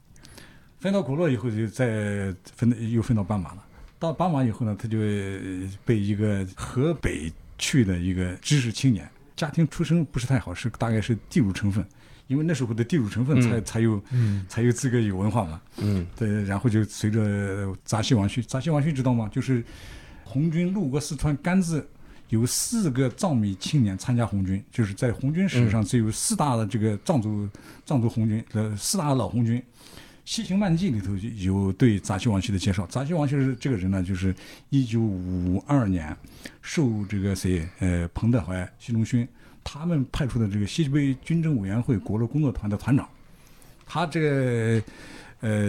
分到国洛以后，就再分又分到斑马了。到斑马以后呢，他就呃被一个河北去的一个知识青年，家庭出身不是太好，是大概是地主成分，因为那时候的地主成分才、
嗯
才有
嗯，
才有资格有文化嘛。
嗯
对，然后就随着扎西王旭，扎西王旭知道吗？就是红军路过四川甘孜，有四个藏民青年参加红军，就是在红军史上只有四大的这个藏族藏族红军，呃，四大老红军。《西行漫记》里头就有对扎西王旭的介绍。扎西王旭是这个人呢，就是一九五二年受这个谁呃彭德怀、习仲勋他们派出的这个西北军政委员会国乐工作团的团长，他这个呃，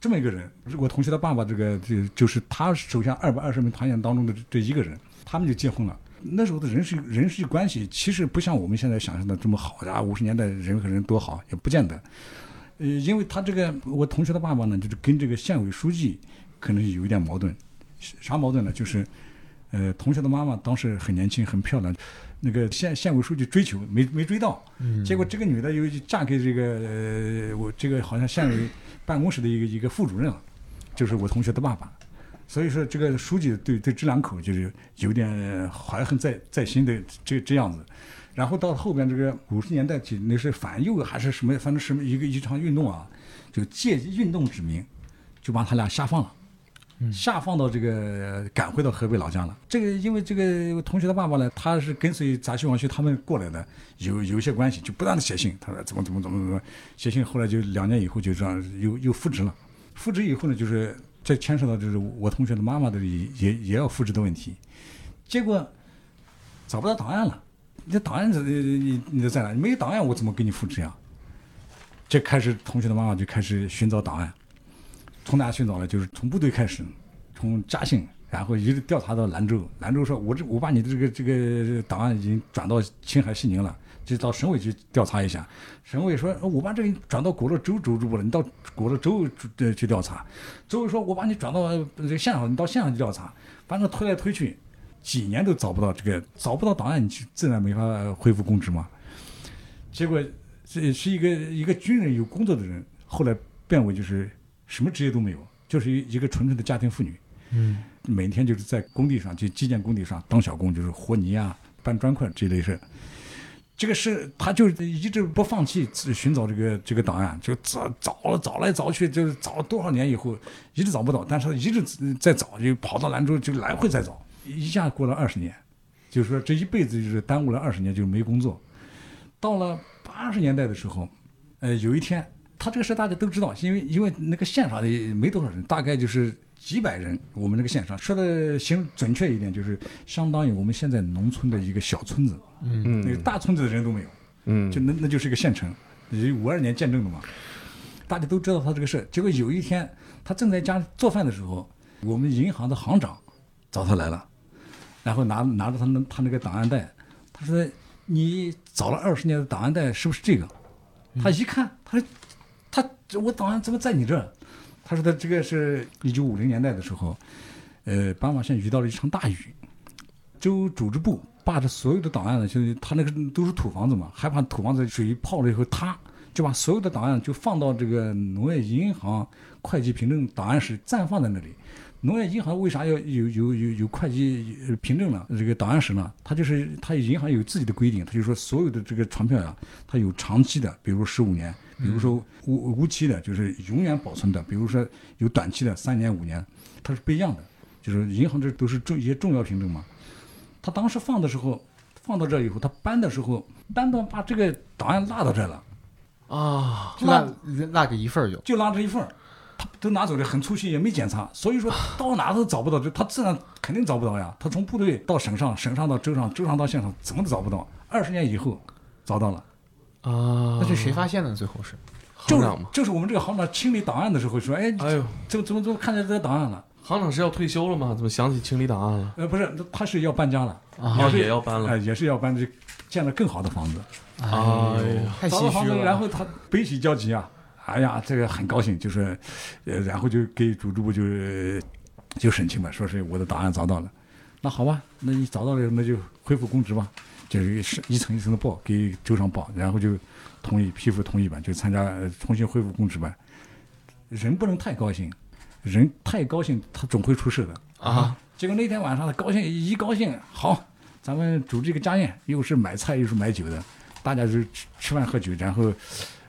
这么一个人，我同学的爸爸，这个这就是他手下二百二十名团员当中的这这一个人，他们就结婚了。那时候的人事人事关系其实不像我们现在想象的这么好呀，五十年代人和人多好也不见得。呃，因为他这个我同学的爸爸呢，就是跟这个县委书记可能有一点矛盾。啥矛盾呢？就是，呃，同学的妈妈当时很年轻很漂亮，那个县县委书记追求没没追到，
嗯
结果这个女的又嫁给这个呃我这个好像县委办公室的一个一个副主任了，就是我同学的爸爸。所以说，这个书记对对这两口就是有点呃怀恨在在心的这这样子。然后到后边这个五十年代起，那是反右还是什么，反正什么一个一场运动啊，就借运动之名，就把他俩下放了。下放到这个赶回到河北老家了。这个因为这个同学的爸爸呢，他是跟随杂西王旭他们过来的，有有一些关系，就不断的写信，他说怎么怎么怎么怎么写信，后来就两年以后就这样又又复职了。复职以后呢，就是这牵涉到就是我同学的妈妈的也也也要复职的问题，结果找不到档案了。你这档案怎你你在哪？没有档案，我怎么给你复职呀？这开始同学的妈妈就开始寻找档案，从哪寻找呢？就是从部队开始，从嘉兴，然后一直调查到兰州。兰州说：“我这我把你的这个这个档案已经转到青海西宁了，就到省委去调查一下。”省委说：“我把这个转到果洛州州支部了，你到果洛州呃去调查。”周围说：“我把你转到呃这个县上，你到县上去调查。”反正推来推去，几年都找不到这个，找不到档案，你就自然没法恢复公职嘛。结果是是一个一个军人有工作的人，后来变为就是什么职业都没有，就是一一个纯粹的家庭妇女。
嗯
每天就是在工地上，就基建工地上当小工，就是和泥啊、搬砖块这类事。这个事他就是一直不放弃自寻找这个这个档案，就找找找来找去，就是找了多少年以后，一直找不到，但是一直在找，就跑到兰州就来回在找，一下过了二十年，就是说这一辈子就是耽误了二十年，就是没工作。到了八十年代的时候，呃，有一天他这个事大家都知道，因为因为那个县上的没多少人，大概就是几百人。我们那个县上说的行准确一点，就是相当于我们现在农村的一个小村子，
嗯
那个
嗯
大村子的人都没有，
嗯
就那那就是一个县城，也五二年见证的嘛。大家都知道他这个事，结果有一天他正在家做饭的时候，我们银行的行长找他来了，然后拿拿着他那他那个档案袋，他说：“你找了二十年的档案袋是不是这个？”他一看，他说：“他我档案怎么在你这儿？”他说：“他这个是一九五零年代的时候，呃，斑马线遇到了一场大雨，州组织部把这所有的档案呢，就是他那个都是土房子嘛，害怕土房子水泡了以后塌，就把所有的档案就放到这个农业银行会计凭证档案室暂放在那里。农业银行为啥要有有有有会计呃凭证呢？这个档案室呢？它就是它银行有自己的规定，它就说所有的这个传票呀、它有长期的，比如十五年，比如说无无期的，就是永远保存的，比如说有短期的三年五年，它是不一样的。就是银行这都是重一些重要凭证嘛。他当时放的时候，放到这儿以后，他搬的时候，搬到把这个档案落到这儿了，
啊，
就落落个一份儿有，
就落这一份儿，他都拿走了，很粗心，也没检查，所以说到哪都找不到，这他自然肯定找不到呀。他从部队到省上，省上到州上，州上到县上，怎么都找不到。二十年以后找到了，
啊
那是谁发现的？最后是
就
行
是
长吗？
就是我们这个行长清理档案的时候说，哎，
哎呦，
怎么怎么怎么看见这个档案了？
行长是要退休了吗？怎么想起清理档案了？
呃，不是，他是要搬家了，
啊，也要搬
哎、
了。
也是要搬，就建了更好的房子。
哎呀，
太
找到
唏
房
嘘
子，
了。
然后他悲喜交集啊，哎呀，这个很高兴，就是，呃，然后就给主织部就是就申请嘛，说是我的档案找到了，那好吧，那你找到了，那就恢复公职吧，就是是一层一层的报给州上报，然后就同意批复同意吧，就参加呃重新恢复公职吧。人不能太高兴，人太高兴他总会出事的。
啊，
结果那天晚上他高兴一高兴，好，咱们组织一个家宴，又是买菜又是买酒的，大家就是吃吃饭喝酒，然后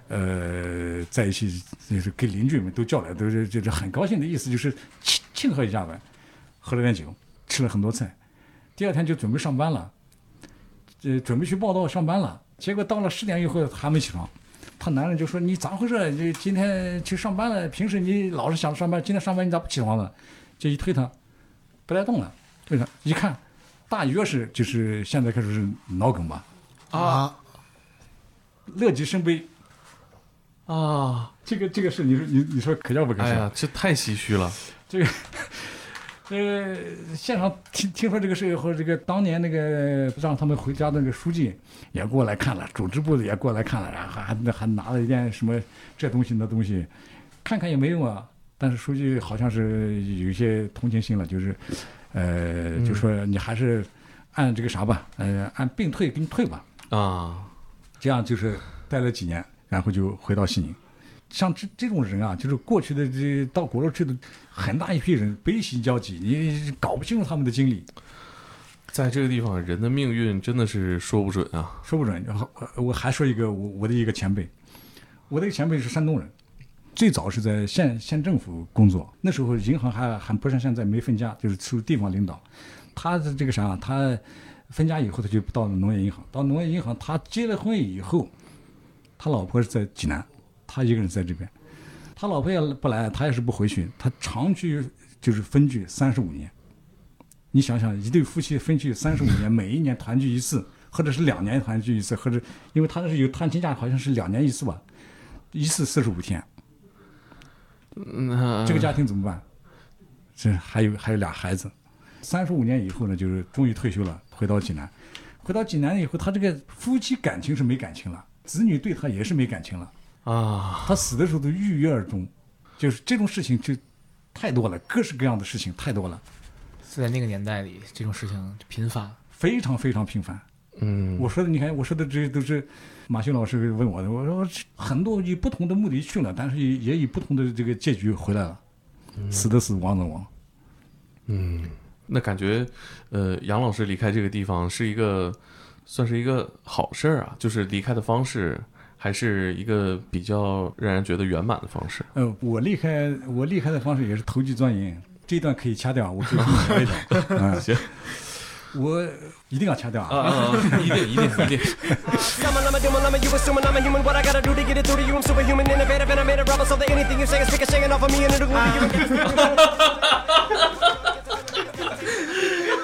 呃在一起就是给邻居们都叫来，都是就是很高兴的意思，就是庆庆贺一下呗。喝了点酒，吃了很多菜，第二天就准备上班了，呃，准备去报道上班了。结果到了十点以后还没起床，他男人就说：“你咋回事？你今天去上班了？平时你老是想着上班，今天上班你咋不起床了？”这一推他，不带动了。为啥？一看，大约是就是现在开始是脑梗吧，
啊
乐极生悲。
啊！
这个这个事，你说你你说可笑不可
哎
笑
呀？，这太唏嘘了。
呃，现场听听说这个事以后，这个当年那个让他们回家的那个书记也过来看了，组织部的也过来看了，然后还还拿了一件什么这东西那东西，看看也没用啊，但是书记好像是有一些同情心了，就是，呃，
嗯
就说你还是按这个啥吧，呃，按病退给你退吧，
啊，
这样就是待了几年，然后就回到西宁。像这这种人啊，就是过去的这到国内去的很大一批人悲喜交集，你搞不清楚他们的经历，
在这个地方，人的命运真的是说不准啊。
说不准。然后呃我还说一个我我的一个前辈，我的一个前辈是山东人，最早是在县县政府工作，那时候银行还还不像现在没分家，就是属于地方领导。他的这个啥，他分家以后他就到农业银行，到农业银行他结了婚以后，他老婆是在济南，他一个人在这边，他老婆也不来，他也是不回去，他长居就是分居三十五年。你想想，一对夫妻分居三十五年，每一年团聚一次，或者是两年团聚一次，或者因为他那是有探亲假，好像是两年一次吧，一次四十五天，
那
这个家庭怎么办？这还有还有俩孩子，三十五年以后呢，就是终于退休了，回到济南，回到济南以后，他这个夫妻感情是没感情了，子女对他也是没感情了，
啊，
他死的时候都郁郁而终，就是这种事情就太多了，各式各样的事情太多了，
在那个年代里，这种事情频发。
非常非常频繁。
嗯，
我说的，你看我说的这些都是马修老师问我的。我说很多以不同的目的去了，但是也也以不同的这个结局回来了，
嗯
死的死，亡的亡。
那感觉，呃，杨老师离开这个地方是一个，算是一个好事儿啊，就是离开的方式还是一个比较让人觉得圆满的方式。
呃，我离开我离开的方式也是投机钻营，这一段可以掐掉，我可以跟你聊一聊。嗯，
*laughs* 行，
我一定要掐掉啊！
啊， *laughs* 一定一定一定，
Summon, I'm a demon, I'm a you assuming I'm a human. What I gotta do to get it through to you? I'm superhuman, innovative, and I made a rubber so that anything you say is taking shaking off of me and it'll go to you. and get it-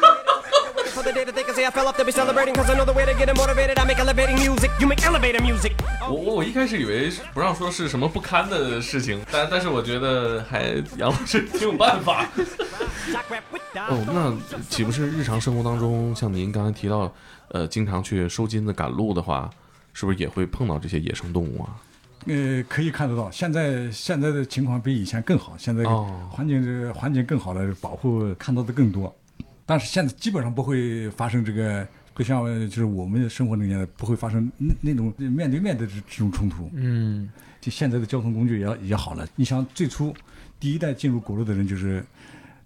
For the day that they can say I fell off, they'll be celebrating. Cause I know the way to get it motivated. I make elevating music. You make elevator music.
我我我一开始以为是不让说是什么不堪的事情，但但是我觉得还杨老师挺有办法。
Shock rap with the
哦，那岂不是日常生活当中，像您刚才提到，呃，经常去收金子赶路的话，是不是也会碰到这些野生动物啊？
呃，可以看得到，现在现在的情况比以前更好，现在
哦
环境、这环境更好了，保护看到的更多。但是现在基本上不会发生这个，不像呃就是我们生活那个年代不会发生那那种面对面的这这种冲突。
嗯，
就现在的交通工具也也好了，你像最初第一代进入国内的人就是，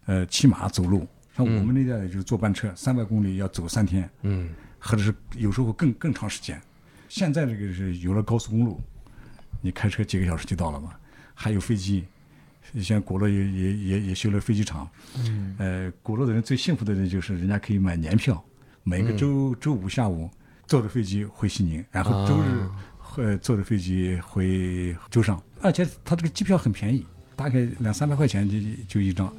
呃，骑马走路，像我们那代就是坐班车，三百公里要走三天。
嗯，
或者是有时候更更长时间。现在这个是有了高速公路，你开车几个小时就到了嘛，还有飞机，现在国内也也也也修了飞机场。嗯，呃，国内的人最幸福的人就是人家可以买年票，每个周、周五下午坐着飞机回西宁，然后周日、呃坐着飞机回舟山，而且他这个机票很便宜，大概两三百块钱就就一张。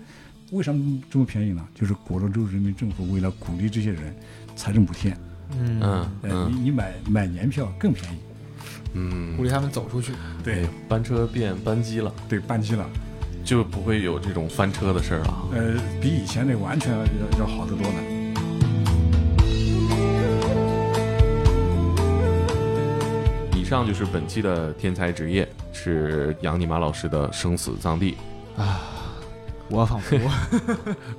为什么这么便宜呢？就是国州人民政府为了鼓励这些人，财政补贴，
嗯
呃，
嗯
你你买买年票更便宜，
鼓
嗯，
励他们走出去。
对
哎，班车变班机了，
对，班机了，
就不会有这种翻车的事儿了。
呃，比以前那完全要要好得多了。
以上就是本期的天才职业，是杨尼玛老师的生死葬地，
我仿 *laughs* 佛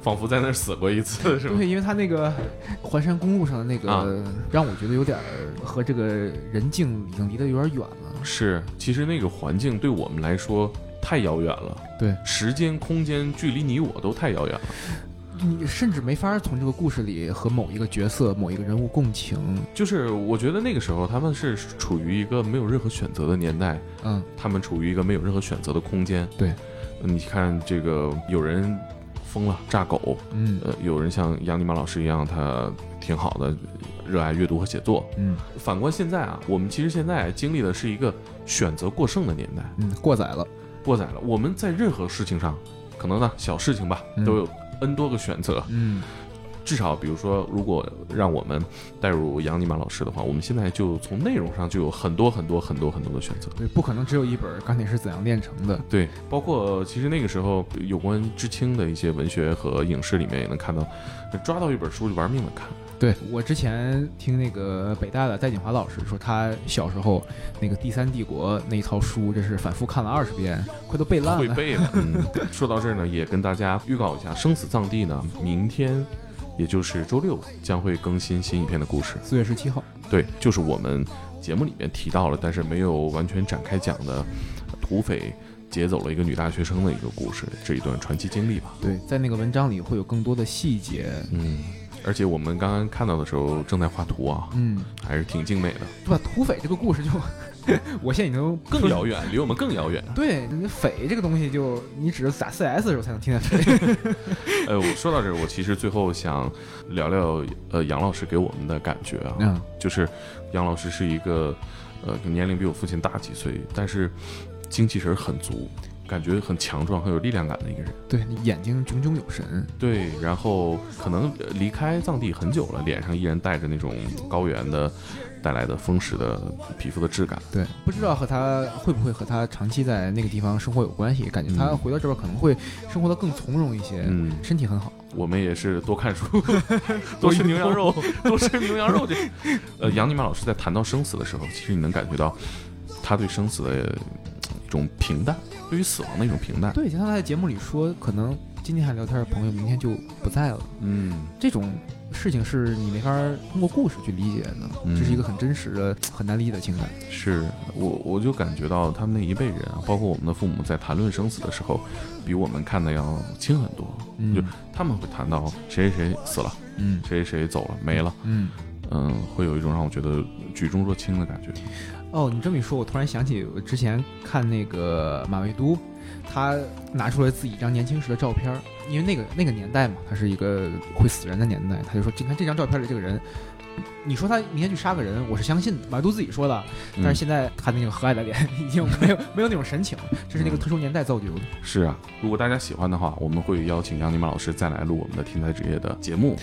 仿佛在那儿死过一次，是吗？
对，因为他那个环山公路上的那个，
啊
让我觉得有点儿和这个人境已经离得有点远了。
是，其实那个环境对我们来说太遥远了，
对
时间、空间距离你我都太遥远了。
你甚至没法从这个故事里和某一个角色、某一个人物共情。
就是我觉得那个时候他们是处于一个没有任何选择的年代，
嗯，
他们处于一个没有任何选择的空间。呃
对，
你看这个有人疯了炸狗，
嗯
呃，有人像杨尼玛老师一样，他挺好的，热爱阅读和写作。
嗯
反观现在啊，我们其实现在经历的是一个选择过剩的年代，
嗯，过载了。
过载了。我们在任何事情上，可能呢小事情吧
嗯，
都有 n 多个选择。
嗯
至少比如说，如果让我们带入杨尼玛老师的话，我们现在就从内容上就有很多很多很多很多的选择。
对，不可能只有一本《钢铁是怎样炼成的》。
对，包括其实那个时候有关知青的一些文学和影视里面也能看到，抓到一本书就玩命的看，
对我之前听那个北大的戴景华老师说，他小时候那个《第三帝国》那一套书，这是反复看了二十遍，快都背烂
会
了。 *laughs*
背了。嗯，说到这儿呢，也跟大家预告一下，《生死葬地》呢，明天，也就是周六将会更新新一篇的故事。
四月十七号，
对，就是我们节目里面提到了，但是没有完全展开讲的，土匪劫走了一个女大学生的一个故事，这一段传奇经历吧。
对，在那个文章里会有更多的细节。
嗯，而且我们刚刚看到的时候正在画图啊，
嗯，
还是挺精美的。
对吧？土匪这个故事就， *laughs* 我现在已经
更遥远，离我们更遥远。 *laughs*
对，那匪这个东西就你只是打 CS 的时候才能听见匪。
*laughs* 呃，我说到这儿，我其实最后想聊聊呃杨老师给我们的感觉啊，
嗯
就是杨老师是一个呃年龄比我父亲大几岁，但是精气神儿很足，感觉很强壮、很有力量感的一个人。
对你眼睛炯炯有神，
对，然后可能呃离开藏地很久了，脸上依然带着那种高原的带来的风蚀的皮肤的质感。
对，不知道和他会不会和他长期在那个地方生活有关系？感觉他
嗯
回到这边可能会生活的更从容一些，
嗯
身体很好。
我们也是多 *laughs* 看书，多吃牛羊肉，多吃牛羊肉。这，呃，杨尼玛老师在谈到生死的时候，其实你能感觉到他对生死的呃一种平淡，对于死亡的一种平淡。
对，像他在节目里说，可能今天还聊天的朋友，明天就不在了。
嗯，
这种事情是你没法通过故事去理解的，
嗯
这是一个很真实的、很难理解的情感。
是我我就感觉到他们那一辈人啊，包括我们的父母，在谈论生死的时候，比我们看的要轻很多。就
嗯
他们会谈到谁谁谁死了，
嗯
谁谁谁走了，没了，
嗯。
嗯，会有一种让我觉得举重若轻的感觉。
哦，你这么一说，我突然想起我之前看那个马未都，他拿出来自己一张年轻时的照片儿，因为那个那个年代嘛，他是一个会死人的年代，他就说：“你看这张照片里这个人，你说他明天去杀个人，我是相信的。”马未都自己说的，但是
嗯
现在他那个和蔼的脸 *laughs* 已经没有没有那种神情，这是那个
嗯
特殊年代造就的。
是啊，如果大家喜欢的话，我们会邀请杨尼玛老师再来录我们的天才职业的节目。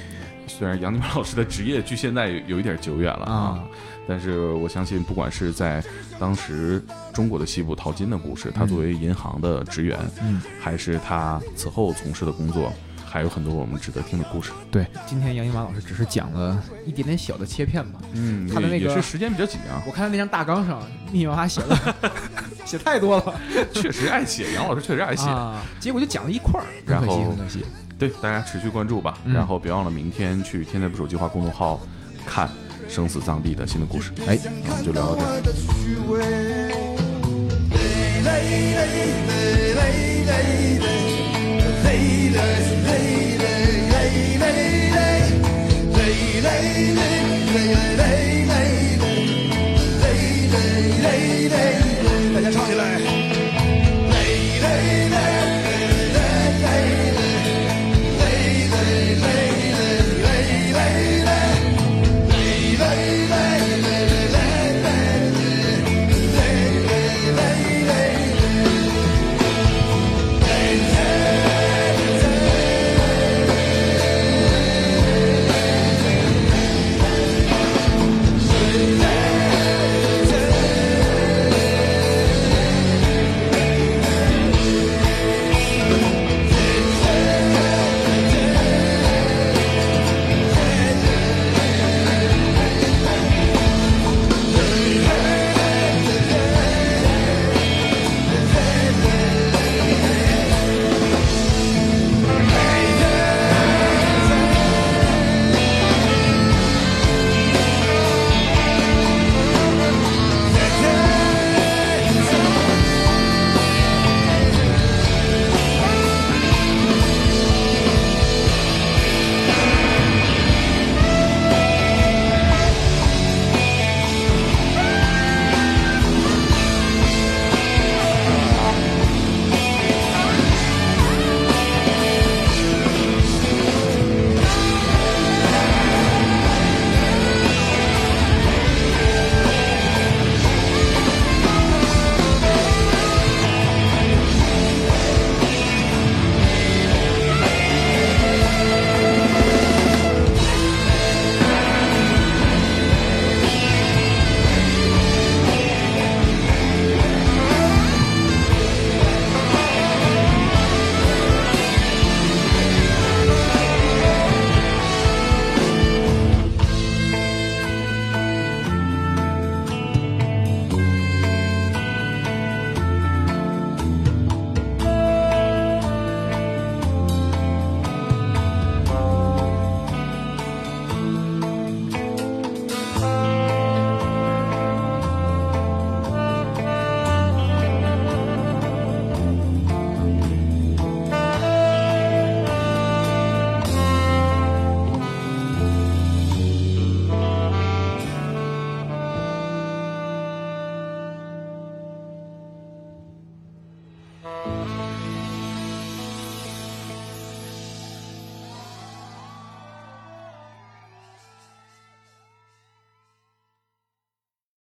虽然杨尼玛老师的职业距现在有一点久远了啊，但是我相信，不管是在当时中国的西部淘金的故事，他作为银行的职员，
嗯，
还是他此后从事的工作，还有很多我们值得听的故事。
对，今天杨一马老师只是讲了一点点小的切片吧。
嗯
他的那个
也是时间比较紧啊，
我看他那张大纲上，密密麻麻写了， *laughs* 写太多了
确实爱写，杨老师确实爱写。
啊，结果就讲了一块儿，很
然
可惜，
后
很可惜。
对，大家持续关注吧。
嗯
然后别忘了明天去天才捕手计划公众号看《生死葬地》的新的故事。哎，那我们就聊到这儿。
lay, lay, lay, lay, lay.